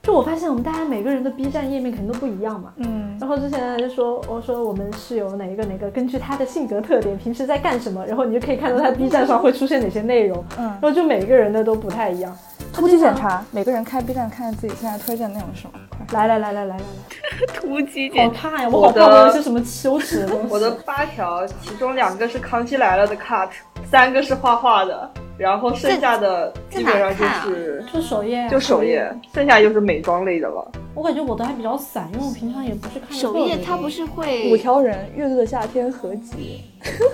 C: 就我发现我们大家每个人的 B 站页面肯定都不一样嘛。
A: 嗯，
C: 然后之前就说，我说我们是有哪一个哪个，根据他的性格特点，平时在干什么，然后你就可以看到他 B 站上会出现哪些内容，
A: 嗯
C: 然后就每个人的都不太一样。
A: 突击检查，每个人开 B 站看看自己现在推荐内容是什么。快，
C: 来来来来来来来，
D: 突击
C: 好看呀！我好怕
D: 哎我的
C: 我有些什么羞耻的东西。
D: 我的八条，其中两个是《康熙来了》的 cut，三个是画画的，然后剩下的
B: 这
D: 基本上
C: 啊
D: 就是、
C: 就首页啊，
D: 就首页，剩下就是美妆类的了。
C: 我感觉我的还比较散，因为我平常也不是看得
B: 首
C: 特别
B: 页它
C: 多
B: 不是会
A: 五条人乐队的夏天合集，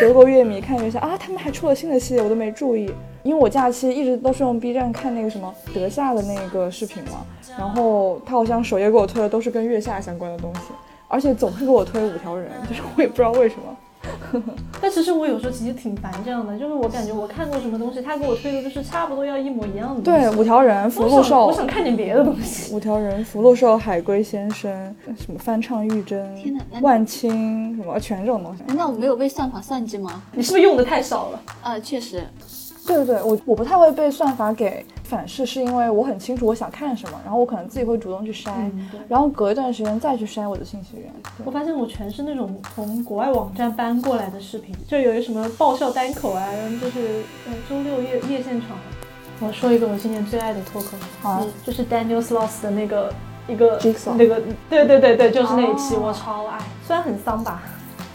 A: 德国乐迷看了一下啊，他们还出了新的系列，我都没注意。因为我假期一直都是用 B 站看那个什么德夏的那个视频嘛，然后他好像首页给我推的都是跟月下相关的东西，而且总是给我推五条人，就是我也不知道为什么。
C: 但其实我有时候其实挺烦这样的，就是我感觉我看过什么东西，他给我推的就是差不多要一模一样的东西。
A: 对，五条人、福
C: 我
A: 禄
C: 想
A: 寿
C: 我，想看点别的东西。
A: 五条人、福禄寿、海龟先生，什么翻唱玉珍
B: 天哪那、你
A: 万青，什么全这种东西。
B: 难道我没有被算法算计吗？
C: 你是不是用的太少了？
B: 呃，确实，
A: 对对对，我我不太会被算法给反噬，是因为我很清楚我想看什么，然后我可能自己会主动去筛，
B: 嗯
C: 嗯
A: 然后隔一段时间再去筛我的信息源。
C: 我
A: 对
C: 发现我全是那种从国外网站搬过来的视频，就有什么爆笑单口啊，然后就是呃周六夜夜现场。我说一个我今年最爱的脱口秀，
A: 啊
C: 嗯就是 Daniel Sloss 的那个一个
A: Jigsaw 哦
C: 那个，对对对对，就是那一期，我超爱，虽然很丧吧。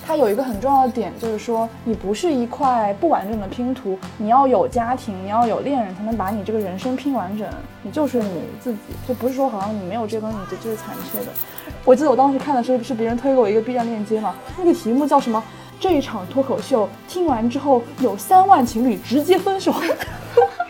A: 它有一个很重要的点，就是说你不是一块不完整的拼图，你要有家庭，你要有恋人，才能把你这个人生拼完整。你就是你自己，就不是说好像你没有这个，你的就是残缺的。我记得我当时看的时候，是别人推给我一个 B 站链接嘛，那个题目叫什么？这一场脱口秀听完之后，有三万情侣直接分手。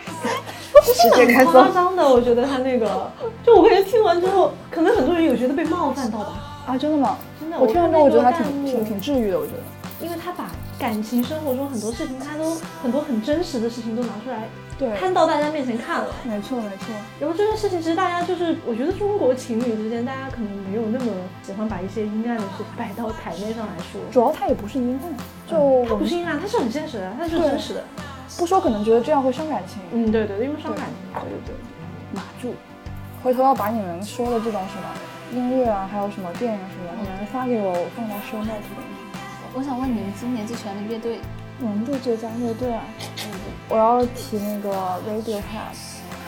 D: 时间开
C: 很夸
D: 搜，
C: 张的，我觉得他那个，就我感觉听完之后，可能很多人有觉得被冒犯到吧，
A: 啊，真的吗？
C: 真的。
A: 我听完之后，我觉得还挺
C: 看那个
A: 挺挺治愈的，我觉得。
C: 因为他把感情生活中很多事情，他都很多很真实的事情都拿出来
A: 对，
C: 摊到大家面前看了。
A: 没错没错。
C: 然后这件事情，其实大家就是，我觉得中国情侣之间，大家可能没有那么喜欢把一些阴暗的事摆到台面上来说。
A: 主要它也不是阴暗，就我
C: 它不
A: 们
C: 是阴暗，它是很现实的，它是
A: 对
C: 真实的。
A: 不说，可能觉得这样会伤感情。
C: 嗯，对对，对因为伤感
A: 对
C: 情。
A: 对对，码住。回头要把你们说的这种什么音乐啊，还有什么电影什么，你们发给我，我放到 show note 里。
B: 我想问你们今年最喜欢的乐队，
A: 年度最佳乐队啊，我要提那个 Radiohead。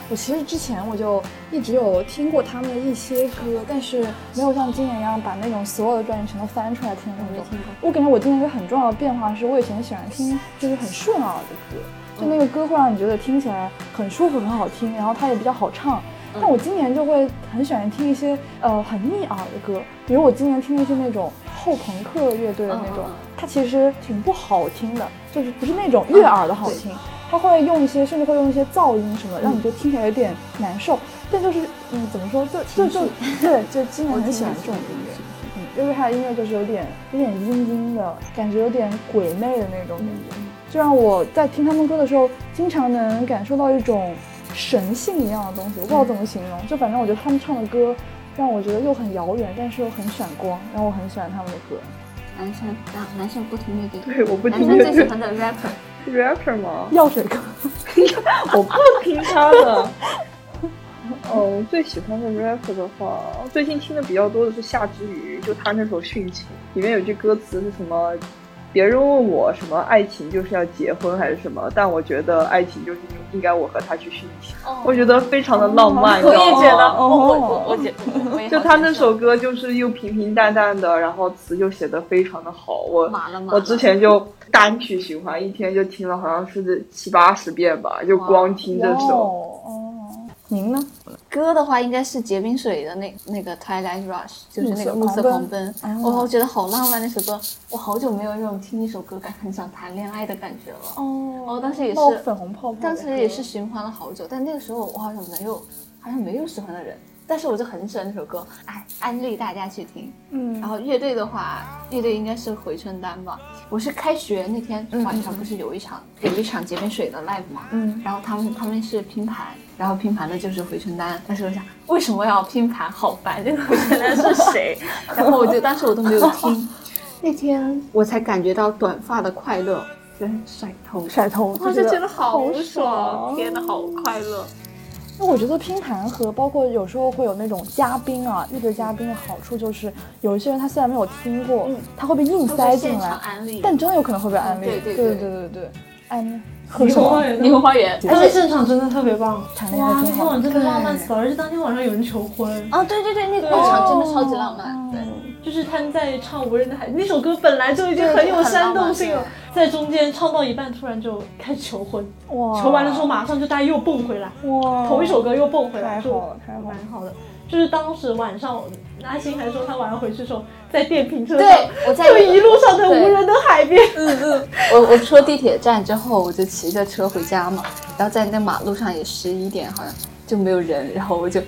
A: 我其实之前我就一直有听过他们的一些歌，但是没有像今年一样把那种所有的专辑全都翻出来听那种。我感觉我今年一个很重要的变化是，我以前喜欢听就是很顺耳的歌，就那个歌会让你觉得听起来很舒服、很好听，然后它也比较好唱。但我今年就会很喜欢听一些呃很逆耳的歌，比如我今年听了一些那种后朋克乐队的那种
B: 嗯嗯嗯，
A: 它其实挺不好听的，就是不是那种悦耳的好听，它会用一些甚至会用一些噪音什么的，让你就听起来有点难受。但就是嗯，怎么说，就就就对，就今年很喜欢这种音乐。嗯，就是他的音乐就是有点有点阴阴的感觉，有点鬼魅的那种感觉，
B: 嗯
A: 就让我在听他们歌的时候，经常能感受到一种神性一样的东西，我不知道怎么形容，就反正我觉得他们唱的歌让我觉得又很遥远，但是又很闪光，然后我很喜欢他们的歌。
B: 啊，男生啊，男生不听乐队，
D: 对，我不
C: 啊
B: 男
D: 听
B: 生
D: 乐
B: 最喜
D: 队
B: 欢的 rapper，
D: rapper 吗？
C: 药水哥，
D: 我不听他的。 哦，我最喜欢的 rapper 的话，最近听的比较多的是夏之雨，就他那首《殉情》，里面有句歌词是什么？别人问我什么爱情就是要结婚还是什么，但我觉得爱情就是应该我和他去殉情，我觉得非常的浪漫， 你知
B: 我
D: 道吗
B: 也觉得，
A: 哦
B: 我我我我觉我我也好
D: 就他
B: 接
D: 那
B: 受
D: 首歌就是又平平淡淡的，然后词就写的非常的好，我
B: 麻了麻了
D: 我之前就单曲循环，一天就听了好像是七八十遍吧，就光听这首。
A: 哦哦，您呢？
B: 歌的话，应该是结冰水的那那个 Twilight Rush，就是那个暮
A: 暮
B: 色
A: 色
B: 狂
A: 狂
B: 奔
D: 哎
A: 奔，
B: 我
A: 哦
B: 我觉得好浪漫那首歌，我好久没有那种听一首歌感很想谈恋爱的感觉了。
A: 哦，
B: 哦，当时也
A: 冒
B: 是，
A: 粉红泡泡的歌，
B: 当时也是循环了好久，但那个时候我好像没有，好像没有喜欢的人，但是我就很喜欢那首歌，哎，安利大家去听。
A: 嗯，
B: 然后乐队的话，乐队应该是回春丹吧。我是开学那天晚上不是有一场、有一场结冰水的 live 嘛，
A: 嗯
B: 然后他们他们是拼盘，然后拼盘的就是回春丹。当时我想，为什么要拼盘？好烦，这个回春丹是 谁？然后我就当时我都没有听， 那天我才感觉到短发的快乐，真甩头。
C: 甩头，
B: 我就觉得好
A: 好
B: 爽，
A: 爽
B: 天呐，好快乐！
A: 那我觉得拼盘和包括有时候会有那种嘉宾啊，乐队嘉宾的好处就是，有一些人他虽然没有听过，他会被硬塞进
B: 嗯现场
A: 来，
B: 安利，
A: 但真的有可能会被安利。
B: 嗯对对
A: 对
B: 对
A: 对对对，安
G: 你
A: 很
G: 们花
A: 爽，
G: 园
B: 霓
G: 的
B: 虹花园，
A: 哎
G: 而且现场真的特别棒，
A: 谈恋
G: 哇，
A: 爱
G: 那
A: 真
G: 天
A: 好。
G: 晚上真的浪漫死了，而且当天晚上有人求婚，
B: 哦，对对对，那个那场真的超级浪
A: 哦
B: 漫，对。
G: 就是他们在唱《无人的海》那首歌，本来就已经很有煽动性了，在中间唱到一半，突然就开始求婚，
A: 哇，
G: 求完了之后马上就大家又蹦回来，
A: 哇，
G: 同一首歌又蹦回来，
A: 太
G: 就
A: 好了太好了
G: 蛮好的。就是当时晚上，我阿星还说他晚上回去的时候在电瓶车上
B: 对，我在
G: 就一路上在无人的海边，
B: 我我出了地铁站之后，我就骑着车回家嘛，然后在那马路上也十一点，好像就没有人，然后我就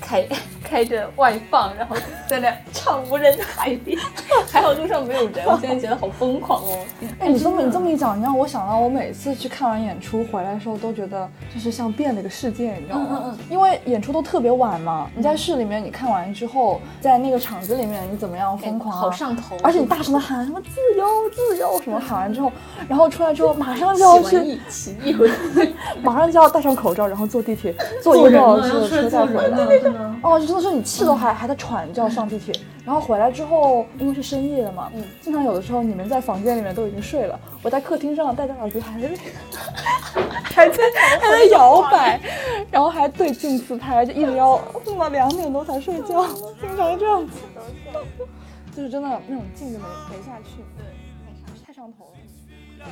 B: 开开着外放，然后在那唱《无人的海边》，还好路上没有人，我现在觉得好疯狂哦。
A: 哎，你这么你这么一讲，你让我想到我每次去看完演出回来的时候，都觉得就是像变了一个世界，你知道吗？
B: 嗯嗯嗯
A: 因为演出都特别晚嘛，你在市里面你看完之后，在那个场子里面你怎么样疯狂、啊，
B: 好上头，
A: 而且你大声的喊什么自由自由什么喊完之后，然后出来之后马上就要
B: 起完
A: 去，
B: 一起一回，
A: 马上就要戴上口罩，然后坐地铁，坐一
G: 做
A: 个
G: 人
A: 多小
G: 了，
A: 时
G: 要
A: 的
G: 出来做
A: 车再回
G: 人
A: 来
G: 了，。真的。
A: 哦，就真的是你气都还、还在喘，就要上地铁，然后回来之后，因为是深夜了嘛，
B: 嗯
A: 经常有的时候你们在房间里面都已经睡了，我在客厅上戴着耳机还在 还在还在摇摆，然后还对镜自拍，就一直要弄到两点多才睡觉，经常这样子，就是真的那种劲就没没下去，对，太上头了。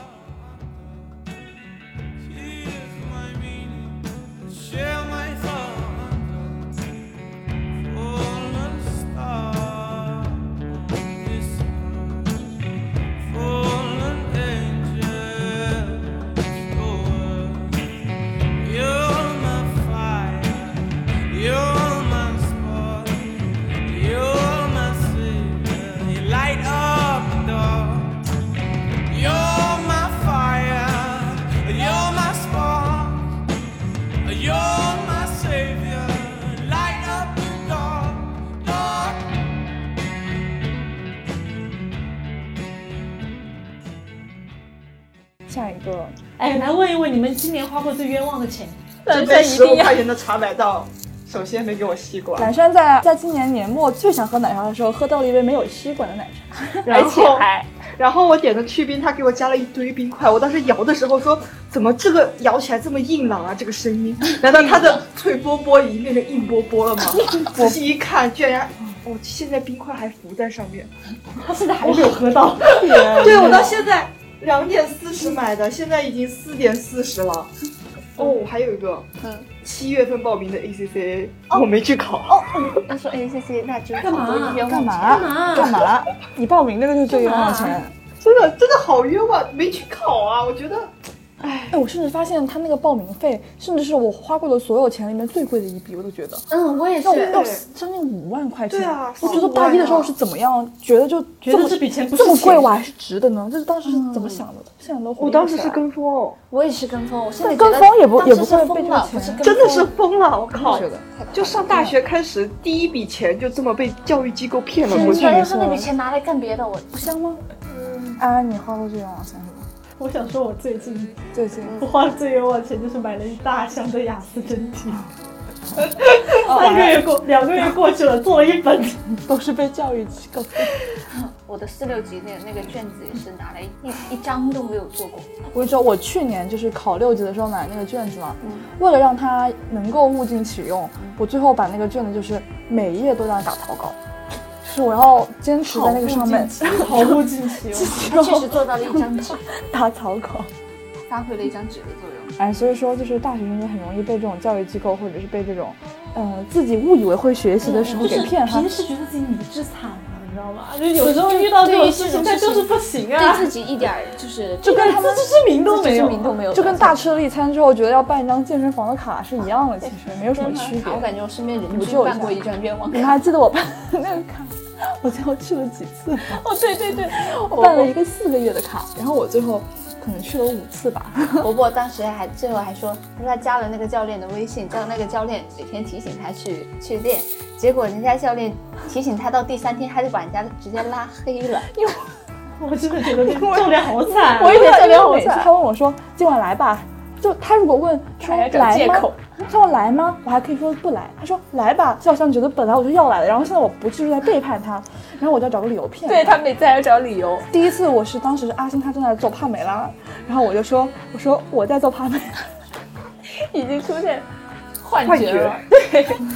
E: Share my thoughts full of stars, full of angels. You're my fire, you're my spark, you're my savior. You light up the dark. You're my fire, you're my spark, you're my savior. Light up the dark, dark.
A: 下一个，
G: 哎，来问一问你们今年花过最冤枉的钱，
D: 这杯十五块钱的茶买到，首先没给我吸管，
A: 蓝山在在今年年末最想喝奶茶的时候，喝到了一杯没有吸管的奶茶。哎
D: 然后然后我点的去冰，他给我加了一堆冰块。我当时摇的时候说，怎么这个摇起来这么硬朗啊？这个声音，难道他的脆波波已经变成硬波波了吗？仔细一看，居然。我、现在冰块还浮在上面，
G: 他现在还没有喝到。
D: 对我 到现在两点四十买的，现在已经四点四十了。哦，还有一个，
B: 嗯
D: 七月份报名的 ACCA，、我
G: 哦
D: 没去考。
B: 他说 A C C 那真
G: 干嘛
B: 好多冤枉
A: 干
G: 干
A: 嘛？
G: 嘛？
A: 干嘛？你报名那个就是最冤枉钱。
D: 真的真的好冤枉，没去考啊！我觉得
A: 哎，我甚至发现他那个报名费，甚至是我花过的所有钱里面最贵的一笔，我都觉得
B: 嗯，我也
A: 要要将近五万块钱。
H: 对啊
A: 我觉
H: 四
A: 得
H: 五
A: 大一的时候
H: 万啊
A: 是怎么样，觉得就
C: 觉得这笔钱不是
A: 这么贵，
C: 钱
A: 我还是值的呢。这是当时是怎么想的？现在都回
D: 我
A: 忆不
D: 当时
A: 起
D: 是
A: 来
D: 跟风哦，
B: 我也是跟风，我现在
A: 但跟风也不
B: 觉
A: 也
B: 得
A: 不
B: 当时是
A: 会被
B: 疯
A: 这
B: 了
A: 个，
B: 不是
A: 钱
B: 跟
D: 真的
B: 风
D: 是疯了，我靠！
A: 觉得。
D: 就上大学开始，第一笔钱就这么被教育机构骗了过
B: 我
D: 去
B: 居。然要是那笔钱拿来干别的，我
A: 不香吗？安哎安，你花过最冤枉钱是吧？
C: 我想说，我最近
A: 最近
C: 我花最冤枉钱就是买了一大箱的雅思真题，
A: 哦
C: 三个月过两个月过去了，做了一本。
A: 都是被教育机构。
B: 我的四六级那那个卷子也是拿来一一张都没有做 过。
A: 我跟你说，我去年就是考六级的时候买那个卷子嘛，为了让它能够物尽其用，我最后把那个卷子就是每一页都在打草稿，就是我要坚持在那个上面
C: 毫无惊奇哦。
B: 他确实做到了一张纸，
A: 打草稿。
B: 发挥了一张纸的作用。
A: 哎，所以说就是大学生就很容易被这种教育机构或者是被这种，呃，自己误以为会学习的时候
C: 就是
A: 给骗哈
C: 平。时觉得自己迷之惨了，你知道吗？就有时候遇到这种事情，但就是不行啊
B: 对，自己一点儿就是
C: 就跟自知之明都
B: 自
C: 没
B: 知
C: 有
B: 之。明都没有，
A: 就跟大吃了一餐之后觉得要办一张健身房的卡是一样的，其实没有什么区别
B: 我。感觉我身边人
A: 补
B: 均
A: 救一下
B: 办过一张冤枉
A: 你们
B: 卡。
A: 还记得我办的那个卡？ 我最后去了几次？
B: 哦，对对对，
A: 我办了一个四个月的卡，然后我最后可能去了五次吧。
B: 伯伯当时还最后还说，他说他加了那个教练的微信，叫那个教练每天提醒他去去练，结果人家教练提醒他到第三天，他就把人家直接拉黑了。
C: 我真的觉得这个教练好惨啊。
A: 我也
B: 觉得
A: 特
B: 特
A: 别
B: 别
A: 好
B: 好
A: 笑。他问我说：“今晚来吧。”就他如果问说
B: 还要找
A: 来
B: 借
A: 吗
B: 口，
A: 他问来吗？我还可以说不来。他说来吧，就好像觉得本来我就要来的，然后现在我不去就是在背叛他，然后我就要找个理由骗。
B: 对，他每次还要找理由，
A: 第一次我是当时是阿星他正在做帕梅拉，然后我就说我说我在做帕梅拉，
B: 已经出现幻
D: 幻
B: 觉
D: 觉
B: 了。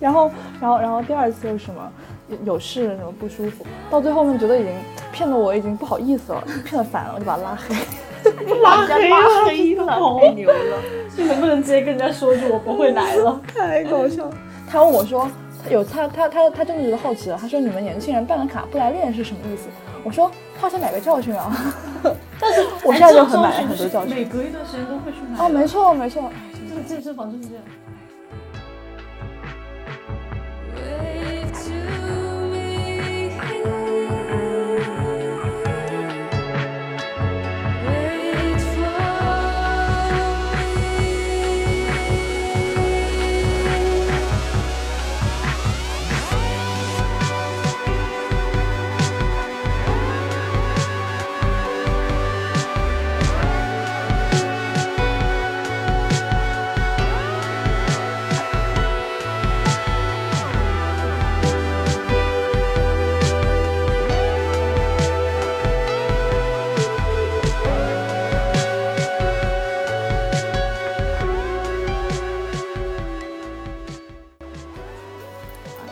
A: 然后然后然后第二次又什么有有事什么不舒服，到最后面觉得已经骗的我已经不好意思了，骗的烦了，我就把他拉黑。
C: 拉黑
B: 拉
C: 了，
B: 黑了
C: 太牛了！你能不能直接跟人家说一句我不会来了？
A: 太搞笑了。他问我说，他有他他他他真的觉得好奇了。他说你们年轻人办了卡不来练是什么意思？我说他想买个教训啊。 但是我现在就
C: 哎
A: 很买了很多教训
C: 每隔一段时间都会去买
A: 啊，没错没错。
C: 这个健身房就是这样。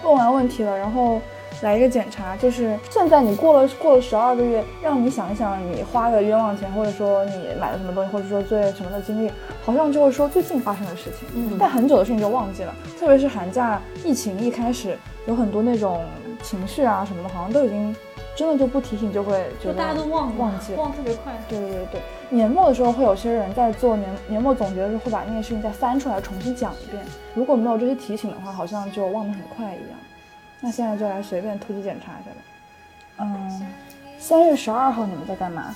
A: 问完问题了，然后来一个检查，就是现在你过了过了十二个月，让你想一想你花的冤枉钱，或者说你买了什么东西，或者说最什么的经历，好像就是说最近发生的事情，嗯、但很久的事情就忘记了。特别是寒假疫情一开始，有很多那种情绪啊什么的，好像都已经真的就不提醒就会觉
C: 就
A: 得
C: 大家都忘了，
A: 忘记了。
C: 忘得特别快。
A: 对对对对，年末的时候会有些人在做年年末总结的时候会把那个事情再翻出来重新讲一遍，如果没有这些提醒的话，好像就忘得很快一样。那现在就来随便突击检查一下吧。嗯，三月十二号你们在干嘛？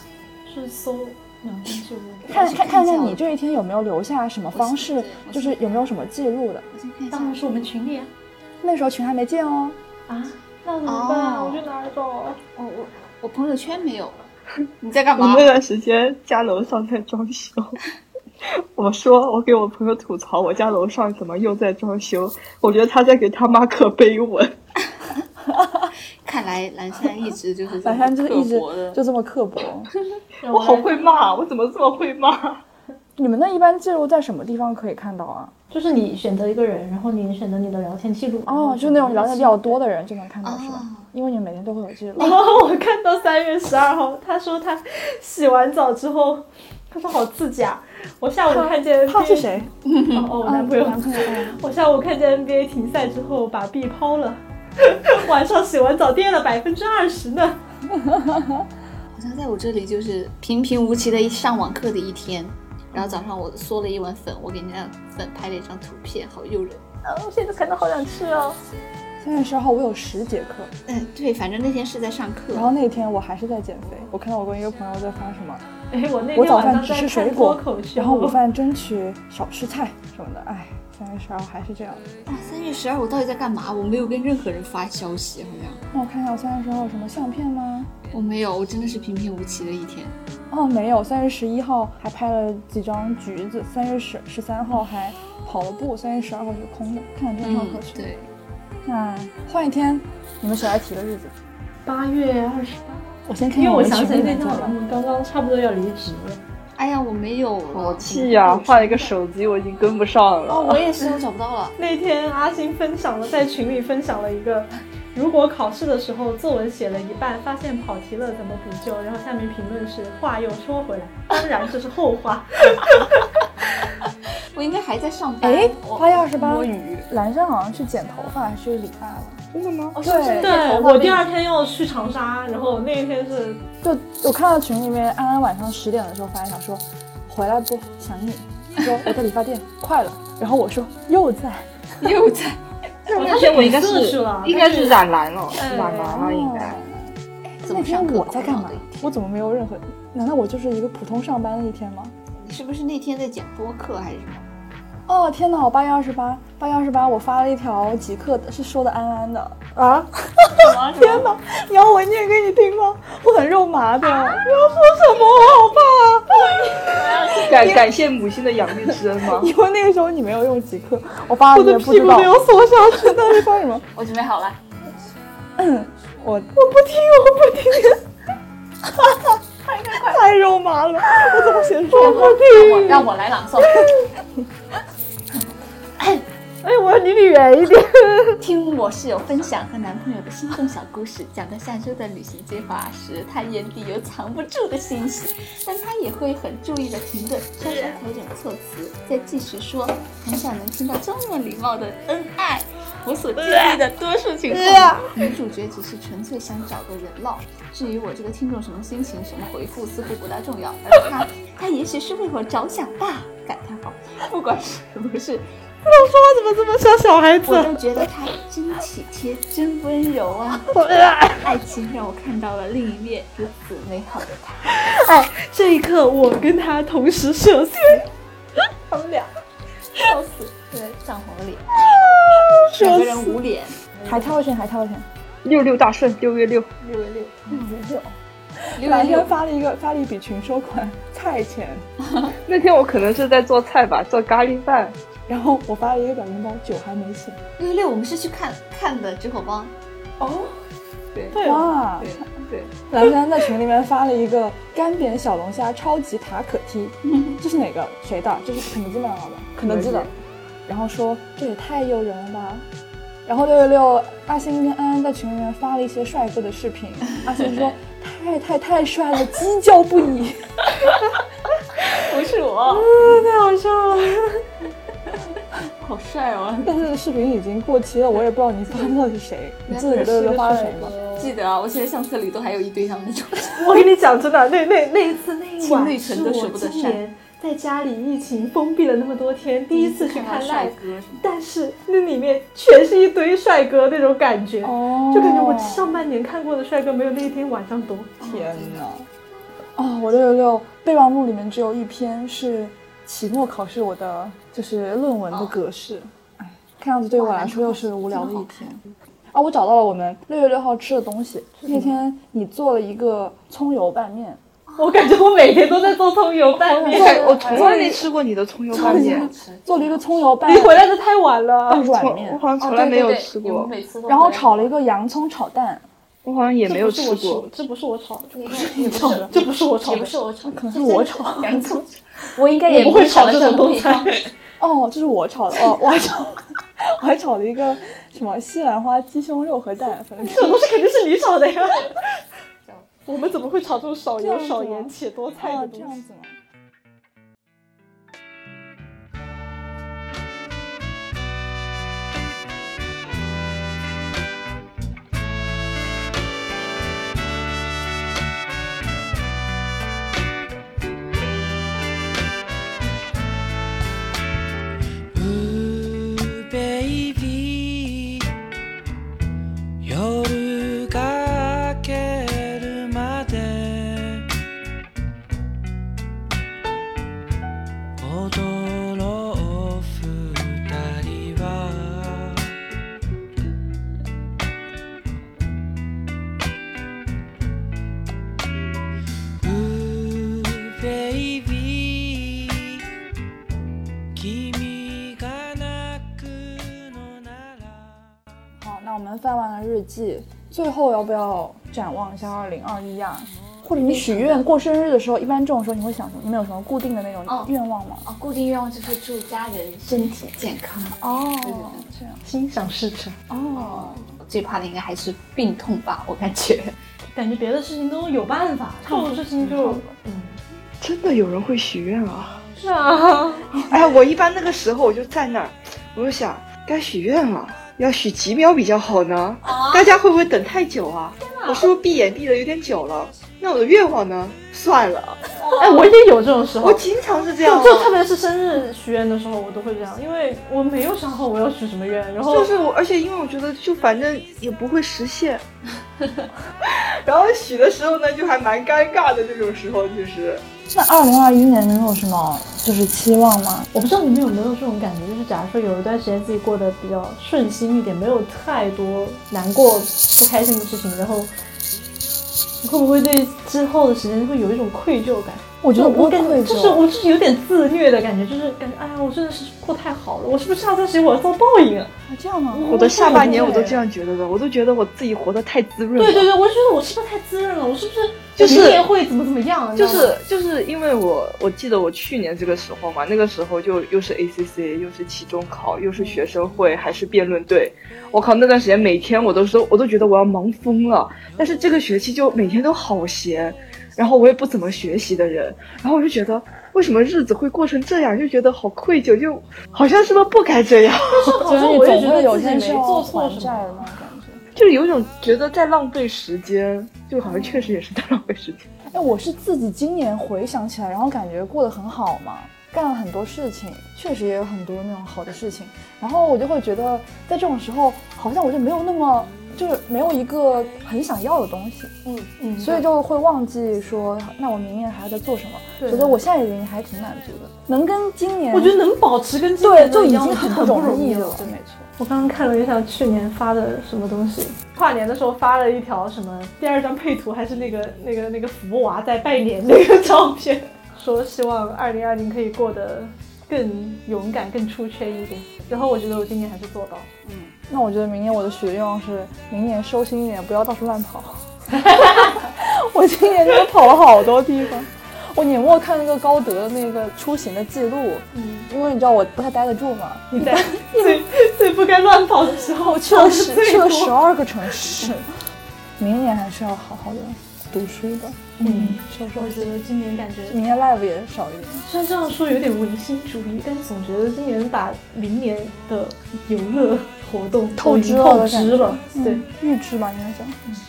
C: 是搜两天记录，
A: 看看看一下
B: 看一下
A: 你这一天有没有留下什么方式，就是有没有什么记录的。
C: 当然是我们群里啊。
A: 那时候群还没建哦。
C: 啊，那怎么办啊？
B: 哦
C: 我去哪儿找啊？
B: 我我我朋友圈没有了，你在干
D: 我
B: 嘛
D: 那？段时间家楼上在装修， 我说我给我朋友吐槽我家楼上怎么又在装修，我觉得他在给他妈刻碑文。
B: 看来蓝山一直就是这么
A: 反正就是一直
B: 刻薄的
A: 就这么刻薄。
D: 我好会骂，我怎么这么会骂？
A: 你们那一般记录在什么地方可以看到啊？
C: 就是你选择一个人，然后你选择你的聊天记录。
A: 哦，就是那种聊天比较多的人就能看到是吧
B: 哦？
A: 因为你们每天都会有记录。
C: 然后我看到三月十二号，他说他洗完澡之后，他说好刺激啊！我下午看见
A: 他
C: NBA
A: 是 谁？
C: 哦，哦我男朋友。
A: 男朋友。嗯
C: 我下午看见 NBA 停赛之后把币 抛了，晚上洗完澡跌了百分之二十呢。
B: 好像在我这里就是平平无奇的一上网课的一天，然后早上我嗦了一碗粉，我给那粉拍了一张图片，好诱人。
A: 哦
C: 我现在看到好想吃哦。
A: 三月十号我有十节课，
B: 嗯，对，反正那天是在上课，
A: 然后那天我还是在减肥。我看到我跟一个朋友在发什么，
C: 哎，我那
A: 我
C: 天
A: 早
C: 晚
A: 饭
C: 上
A: 只
C: 在
A: 吃水
C: 看脱
A: 果
C: 口，秀，
A: 然后午饭争取少吃菜什么的。哎，三月十号还是这样。
B: 啊，三月十二我到底在干嘛？我没有跟任何人发消息，好像
A: 那我看一下我三月十号有什么相片吗？
B: 我没有，我真的是平平无奇的一天。
A: 哦，没有。三月十一号还拍了几张橘子，三月十十三号还跑了步，三月十二号就是空的，看我真上课
C: 嗯
A: 去。
B: 嗯对，
A: 那换一天，你们谁来提的日子？
C: 八月二十八，
A: 我先看
C: 因
A: 一
C: 为
A: 下
C: 我
A: 们群
C: 想起来
A: 里
C: 那
A: 面
C: 天
A: 在
C: 我
A: 吗
C: 们刚刚差不多要离职了。
B: 哎呀，我没有了，
D: 好气呀、
B: 我
D: 换了一个手机，我已经跟不上了。
B: 哦，我也是，我找不到了。
C: 那天阿星分享了，在群里分享了一个，如果考试的时候作文写了一半，发现跑题了怎么补救？然后下面评论是话又说回来，当然这是后 话。
B: 我应该还在上班。
A: 哎，
B: 我
A: 八月二十八
B: 摸鱼，，
A: 蓝山好像去剪头发还是理发了？真的
C: 哦
A: 吗？
B: 是不
A: 对，
B: 是
C: 对我第二天要去长沙，然后那一天是
A: 就我看到群里面安安晚上十点的时候发一条说，回来不想你，说我在理发店快了， 然后我说又在，
B: 又在。
C: 哦
D: 那
C: 他
D: 天
C: 是
D: 我应该
C: 五色
D: 是
C: 去了，
D: 应该是染蓝了，
C: 哎
D: 染蓝了应
A: 哦
D: 该。
B: 怎
A: 那
B: 么
A: 天
B: 上课
A: 我在干嘛
B: 苦恼的一天？
A: 我怎么没有任何？难道我就是一个普通上班的一天吗？
B: 你是不是那天在讲播客还是什么？
A: 哦天哪！我八月二十八，八月二十八，我发了一条极客的，是说的安安的啊！ 天哪！你要我念给你听吗？我很肉麻
C: 啊
A: 的，你要说什么？我好怕、啊。
D: 感感谢母亲的养育之恩吗？
A: 因为那个时候你没有用极客，我爸
C: 我
A: 你
C: 的
A: 也不
C: 屁
A: 知
C: 股
A: 道
C: 没。有缩下去。
A: 到底发什么？
B: 我准备好了，
A: 我我不听，我不听。太肉麻了，我怎么先说？
B: 让我让我来朗诵。
C: 哎，我要离你远一点。
B: 听我室友分享和男朋友的心动小故事，讲到下周的旅行计划时，他眼底有藏不住的欣喜，但他也会很注意的停顿，稍稍调整措辞，再继续说。很少能听到这么礼貌的恩爱。我所经历的多数情况，女主角只是纯粹想找个人唠。至于我这个听众什么心情、什么回复，似乎不大重要，而他，他也许是为我着想吧。感叹号，不管是不是，
C: 怎么这么像小孩子
B: 我？就觉得他真体贴，真温柔 啊！爱情让我看到了另一面如此美好的他。
C: 哎这一刻，我跟他同时社死。
B: 他们俩， 笑死！对，涨红了脸，两个人捂脸。
A: 还跳选，还跳选。
D: 六六大顺，六月六，
B: 六月六，六月
A: 蓝天
B: 六，
A: 发了一个发了一笔群收款菜钱，
D: 那天我可能是在做菜吧，做咖喱饭。
A: 然后我发了一个表情包，酒还没醒。
B: 六月六，我们是去看看的《纸火帮》，
D: 对
C: 对，
A: 哇！
D: 对对，
A: 蓝山在群里面发了一个干煸小龙虾超级塔可梯，这是哪个？谁的？这是肯德基麦当劳的，肯德基的。然后说这也太诱人了吧。然后六六六，阿星跟安安在群里面发了一些帅哥的视频，阿星说太太太帅了，鸡叫不已。
B: 不是我，
C: 太好笑了。
B: 好帅哦！
A: 但是视频已经过期了，我也不知道你发的到底是谁。你记得你六六六发的谁吗？
B: 记得啊，我现在相册里都还有一堆他们的照片。
C: 我跟你讲，真的，那那那一次那一
B: 情
C: 晚
B: 侣
C: 是
B: 城都舍
C: 我
B: 不得
C: 今
B: 删
C: 年在家里疫情封闭了那么多天，第一次去看
B: 到
C: live，
B: 帅哥什么
C: 但是那里面全是一堆帅哥那种感觉，
A: 哦
C: 就感觉我上半年看过的帅哥没有那一天晚上多。
A: 天哪！哦，我六六六备忘录里面只有一篇是期末考试我的就是论文的格式，哎，看样子对我来说又是无聊的一天。啊，我找到了我们六月六号吃的东西。那天你做了一个葱油拌面，
C: 我感觉我每天都在做葱油拌面，
D: 我从来没吃过你的葱油拌面，
A: 做了一个葱油拌
C: 你回来的太晚了。
A: 软
D: 我我
A: 面，
D: 好像从
B: 哦
D: 来
B: 对
D: 没有
B: 对对
D: 吃
B: 你们
D: 过，
B: 每次都
A: 然后
B: 没有
A: 炒了一个洋葱炒蛋。
D: 我好像也没有
C: 这不
D: 吃
C: 是我吃
D: 过。
C: 这不是我炒的，这不是
B: 也不是，
C: 这不是我炒
B: 也
C: 的
B: 不，是我炒，可能
A: 是我炒
B: 洋 葱，我应该
C: 我
B: 也
C: 不会炒这种东西。
A: 哦，这是我炒的哦，我还炒， 我还炒了一个什么西兰花鸡胸肉和蛋粉。
C: 这种东西肯定是你炒的呀。 我们怎么会炒这种少
A: 这
C: 油
A: 样子吗
C: 少盐且多菜
A: 哦，
C: 的东
A: 这
C: 西？
A: 样子吗？
I: Thank
A: 我们翻完了日记，最后要不要展望一下二零二一啊？或者你许愿过生日的时候，一般这种时候你会想什么？你们有什么固定的那种
B: 哦
A: 愿望吗？
B: 哦，固定愿望就是祝家人身体健康。
A: 哦，这样
C: 心想事成，
A: 哦，
B: 最怕的应该还是病痛吧，我感觉。
G: 感觉别的事情都有办法，这种事情就
C: 嗯
D: 真的有人会许愿啊！
G: 是啊，
D: 哎呀，我一般那个时候我就在那儿，我就想该许愿了，要许几秒比较好呢？大家会不会等太久啊？我是不是闭眼闭的有点久了？那我的愿望呢？算了，
C: 哎，我也有这种时候
D: 我，经常是这样、
C: 就
D: 啊，
C: 就特别是生日许愿的时候，我都会这样，因为我没有想好我要许什么愿，然后
D: 就是我，而且因为我觉得就反正也不会实现， 然后许的时候呢，就还蛮尴尬的那种时候，就是
A: 那二零二一年你有什么就是期望吗？
C: 我不知道你们有没有这种感觉，就是假如说有一段时间自己过得比较顺心一点，没有太多难过、不开心的事情，然后你会不会对之后的时间会有一种愧疚感？
A: 我觉得不
C: 我
A: 会
C: 感
A: 愧
C: 觉
A: 疚，
C: 就是我就是有点自虐的感觉，就是感觉哎呀，我真的是过太好了，我是不是下段时间我要遭报应啊？
A: 啊这样吗？
D: 我的下半年我都这样觉得的，我都觉得我自己活得太滋润了。
C: 对对对，我就觉得我是不是太滋润了？我是不是
D: 就是
C: 明年会怎么怎么样？啊你知
D: 就
C: 道吗
D: 是就是因为我我记得我去年这个时候嘛，那个时候就又是 ACC，又是期中考，又是学生会，还是辩论队。我靠，那段时间每天我都说，我都觉得我要忙疯了。但是这个学期就每天都好闲，然后我也不怎么学习的人，然后我就觉得为什么日子会过成这样，就觉得好愧疚，就好像是不是不该这样，
A: 就是
C: 像
A: 你
C: 我也
A: 总
C: 觉
A: 会
C: 得
A: 有
C: 自己
A: 些
C: 没
A: 是要
C: 做错
A: 还
C: 什
A: 债
C: 么
A: 的那种感觉。
D: 就是有一种觉得在浪费时间，就好像确实也是在浪费时间。
A: 哎，我是自己今年回想起来，然后感觉过得很好嘛，干了很多事情，确实也有很多那种好的事情，然后我就会觉得，在这种时候，好像我就没有那么，就是没有一个很想要的东西，
B: 嗯
C: 嗯，
A: 所以就会忘记说，那我明年还要再做什么？
C: 对
A: 觉得我现在已经还挺满足的，能跟今年，
C: 我觉得能保持跟今
A: 对
C: 年
A: 就
C: 的
A: 已
C: 一
A: 经
C: 样
A: 很
C: 很
A: 不
C: 容
A: 易
C: 易
A: 了，
C: 了，
A: 对，没错。
C: 我刚刚看了一下去年发的什么东西，跨年的时候发了一条什么，第二张配图还是那个那个那个福娃在拜年那个照片，说希望二零二零可以过得更勇敢、更出圈一点。然后我觉得我今年还是做到了，
A: 那我觉得明年我的许愿望是，明年收心一点，不要到处乱跑。我今年真的跑了好多地方。我年末看那个高德的那个出行的记录，嗯，因为你知道我不太待得住嘛，
C: 你在最最不该乱跑的时候，
A: 去了十
C: 跑得最
A: 去了
C: 多
A: 十二个城市。明年还是要好好的读书的，嗯，收收
C: 我觉
A: 心。
C: 得今年感觉，
A: 明年 live 也少一点。
C: 虽然这样说有点唯心主义，但是总觉得今年把明年的游乐活动
A: 透支了
C: 透
A: 的感
C: 支
A: 觉
C: 了，对。
A: 嗯，预支吧，应该讲。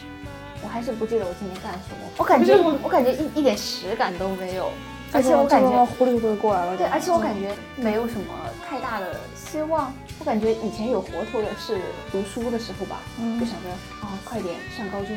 B: 我还是不记得我今年干了什么，我感觉
C: 不是
B: 我感觉一一点实感都没有，而且我感
A: 这个
B: 觉
A: 糊里糊涂地过来了。嗯
B: 对，而且我感
A: 觉
B: 觉没有什么太大的希望。我感觉以前有活头的是读书的时候吧，
A: 嗯
B: 就想着啊、快点上高中，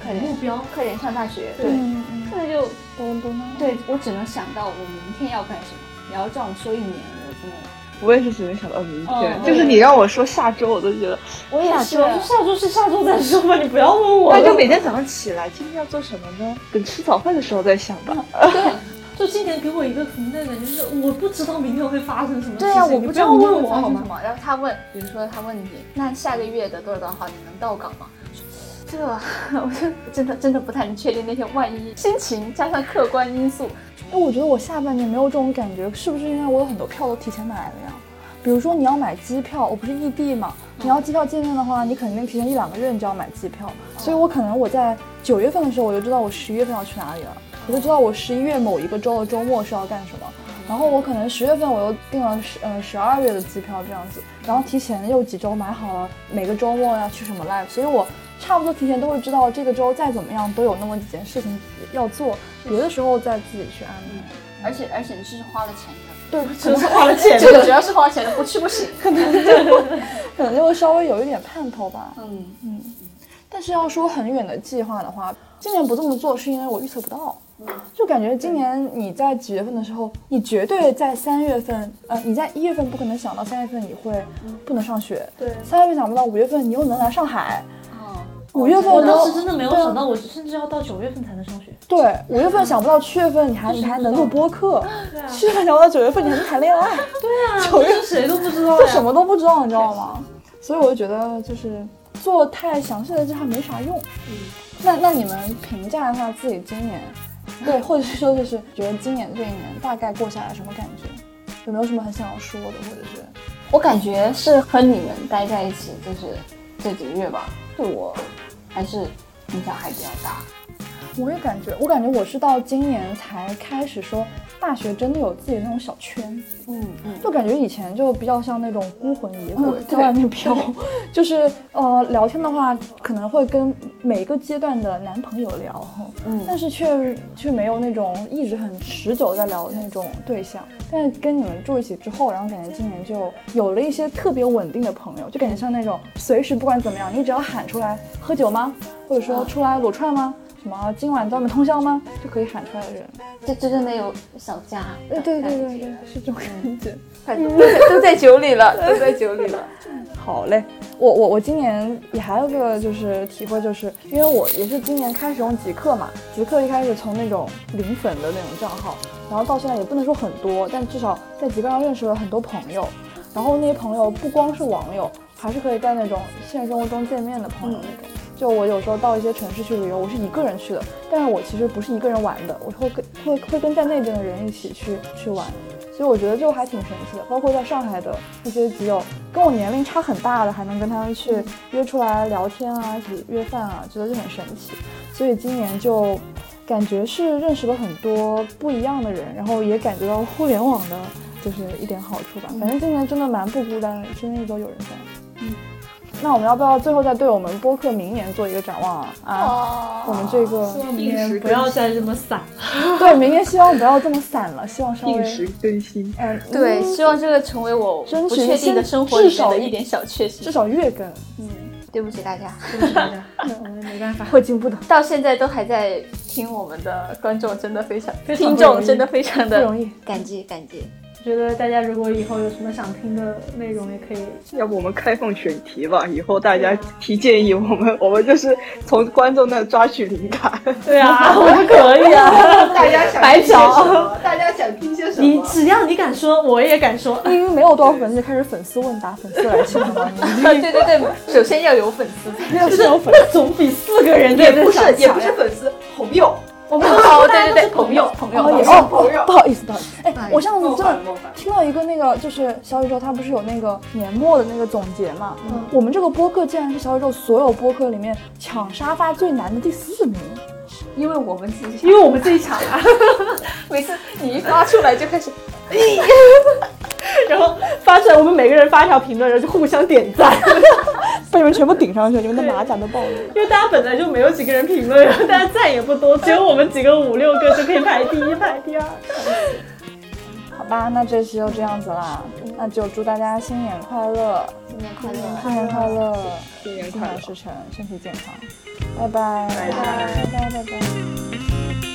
B: 快点
C: 目标
B: 快点上大学，
C: 对
A: 嗯嗯，
B: 现在就
A: 都都那样。
B: 对我只能想到我明天要干什么。你要这样说一年，我真的
D: 我也是只能想到明天，
B: 嗯
D: 就是你让我说下周，我都觉得。
B: 我也是啊
C: 下周下周是下周再说吧，你不要问我
D: 那就
C: 了。
D: 每天早上起来，今天要做什么呢？等吃早饭的时候再想吧。
C: 对，就今年给我一个很大的感觉，就是我不知道明天会发生什么事情。
B: 对
G: 啊
B: 呀、我
C: 你
B: 不
C: 不
B: 知道
C: 要问
B: 我
C: 我好吗
B: 什？么。然后他问，比如说他问你，那下个月的多少多少号你能到岗吗？这， 我就真的真的不太能确定那天，万一心情加上客观因素，
A: 哎，我觉得我下半年没有这种感觉，是不是因为我有很多票都提前买了呀？比如说你要买机票，我不是异地嘛，你要机票见面的话，你肯定提前一两个月你就要买机票，所以我可能我在九月份的时候我就知道我十一月份要去哪里了，我就知道我十一月某一个周的周末是要干什么，然后我可能十月份我又订了十呃十二月的机票这样子，然后提前又几周买好了每个周末要去什么 live，所以我差不多提前都会知道这个周再怎么样都有那么几件事情要做，别的时候再自己去安排。
B: 而且而且你是花了钱 的，
A: 对，可
C: 嗯就
A: 能
C: 是花 了钱
B: 这个主要是花了钱的，不去不 行。
A: 可能就会稍微有一点盼头吧。
B: 嗯，
A: 但是要说很远的计划的话，今年不这么做是因为我预测不到。
C: 嗯
A: 就感觉今年你在几月份的时候，你绝对在三月份，呃，你在一月份不可能想到三月份你会不能上学，
C: 嗯对。
A: 三月份想不到五月份你又能来上海，
B: 哦，
A: 五月份
C: 我
A: 呢
C: 当时真的没有
G: 啊
C: 想到，我甚至要到九月份才能上学。
A: 对五月份想不到七月份你还你还能录播客，
C: 啊
A: 七月份想不到九月份你还能谈恋爱，
C: 对啊，九月谁都不知道
A: 就
C: 呀
A: 什么都不知道，你知道吗？所以我就觉得就是做太详细的计划没啥用。嗯，那那你们评价一下自己今年， 对，或者是说就是觉得今年这一年大概过下来什么感觉？有没有什么很想要说的，或者是
B: 我感觉是和你们待在一起，就是这几个月吧，对我还是影响还比较大。
A: 我也感觉，我感觉我是到今年才开始说，大学真的有自己的那种小圈，
B: 嗯嗯，
A: 就感觉以前就比较像那种孤魂野鬼
B: 嗯
A: 在外面飘， 就是呃聊天的话，可能会跟每个阶段的男朋友聊，
B: 嗯
A: 但是却却没有那种一直很持久在聊的那种对象。但是跟你们住一起之后，然后感觉今年就有了一些特别稳定的朋友，就感觉像那种随时不管怎么样，你只要喊出来喝酒吗，或者
B: 啊
A: 说出来裸串吗？什么今晚在外面通宵吗？就可以喊出来的人，
B: 这这真的有小家，
A: 对呃对对对嗯对，是这种感觉。
B: 快都在都在酒 里了，都在酒里了。
A: 好嘞，我我我今年也还有个就是体会，就是因为我也是今年开始用极客嘛，极客一开始从那种零粉的那种账号，然后到现在也不能说很多，但至少在极客上认识了很多朋友，然后那些朋友不光是网友，还是可以在那种现实生活中见面的朋友那种。就我有时候到一些城市去旅游，我是一个人去的，但是我其实不是一个人玩的，我会跟会会跟在那边的人一起去去玩，所以我觉得就还挺神奇的。包括在上海的一些基友，跟我年龄差很大的，还能跟他们去约出来聊天啊，一起约饭啊，觉得就很神奇。所以今年就感觉是认识了很多不一样的人，然后也感觉到互联网的就是一点好处吧。反正今年真的蛮不孤单的，身边一直都有人在。那我们要不要最后再对我们播客明年做一个展望啊？啊，
B: 哦
A: 我们这个
G: 明年不要再这么散。
A: 对明年希望不要这么散了，希望稍微
D: 定时更新。
A: 嗯，
B: 对，
A: 嗯
B: 希望这个成为我
A: 争
B: 不
A: 取
B: 确定的生活
A: 至
B: 里面
A: 少
B: 的
A: 一
B: 一点小确幸。
A: 至少月更
B: 对不起大家，
C: 啊
G: 我们 没办法，
A: 会进步 的，
B: 到现在都还在听我们的观众，真的非常
G: 非常
B: 听
G: 不容
B: 众
G: 易
B: 真的非常
A: 不
B: 的
A: 容易。
B: 感激感激。
G: 我觉得大家如果以后有什么想听的内容，也可以
D: 要不我们开放选题吧，以后大家提建议，我们我们就是从观众那抓取灵感。
G: 对啊，我们可以啊。
D: 大家想
G: 白嫖
D: 么？大家想听些什
G: 你只要你敢说，我也敢说。
A: 因为没有多少粉丝，就开始粉丝问答，粉丝来信了吗？
B: 对对对，首先要有粉丝才
A: 你是有粉
G: 总比四个人在
D: 也
G: 这
D: 不
G: 上
D: 是也不
G: 抢
D: 是粉丝，朋友。
B: 我们哦，对对对，朋友朋友，
A: 哦也
B: 朋友
A: 哦，
D: 朋友
A: 不好意思，不好意思。哎，我上次
D: 冒
A: 真
D: 犯
A: 的
D: 了冒犯了
A: 听到一个那个，就是小宇宙它不是有那个年末的那个总结嘛？我们这个播客竟然是小宇宙所有播客里面抢沙发最难的第四名。
B: 因为我们自己
G: 因为我们自己抢啊，
B: 每次你一发出来就开始，
G: 然后发出来，我们每个人发一条评论，然后就互相点赞。
A: 被你们全部顶上去，你们的马甲都暴露了。
G: 因为大家本来就没有几个人评论，然后大家赞也不多，只有我们几个五六个就可以排第一、排第二。
A: 好吧，那这期就这样子啦，那就祝大家新年快乐，
B: 新年快乐，
A: 新年快乐，
D: 新年
A: 心
D: 快乐
A: 想！事成，身体健康，拜拜，拜拜，拜拜，拜拜。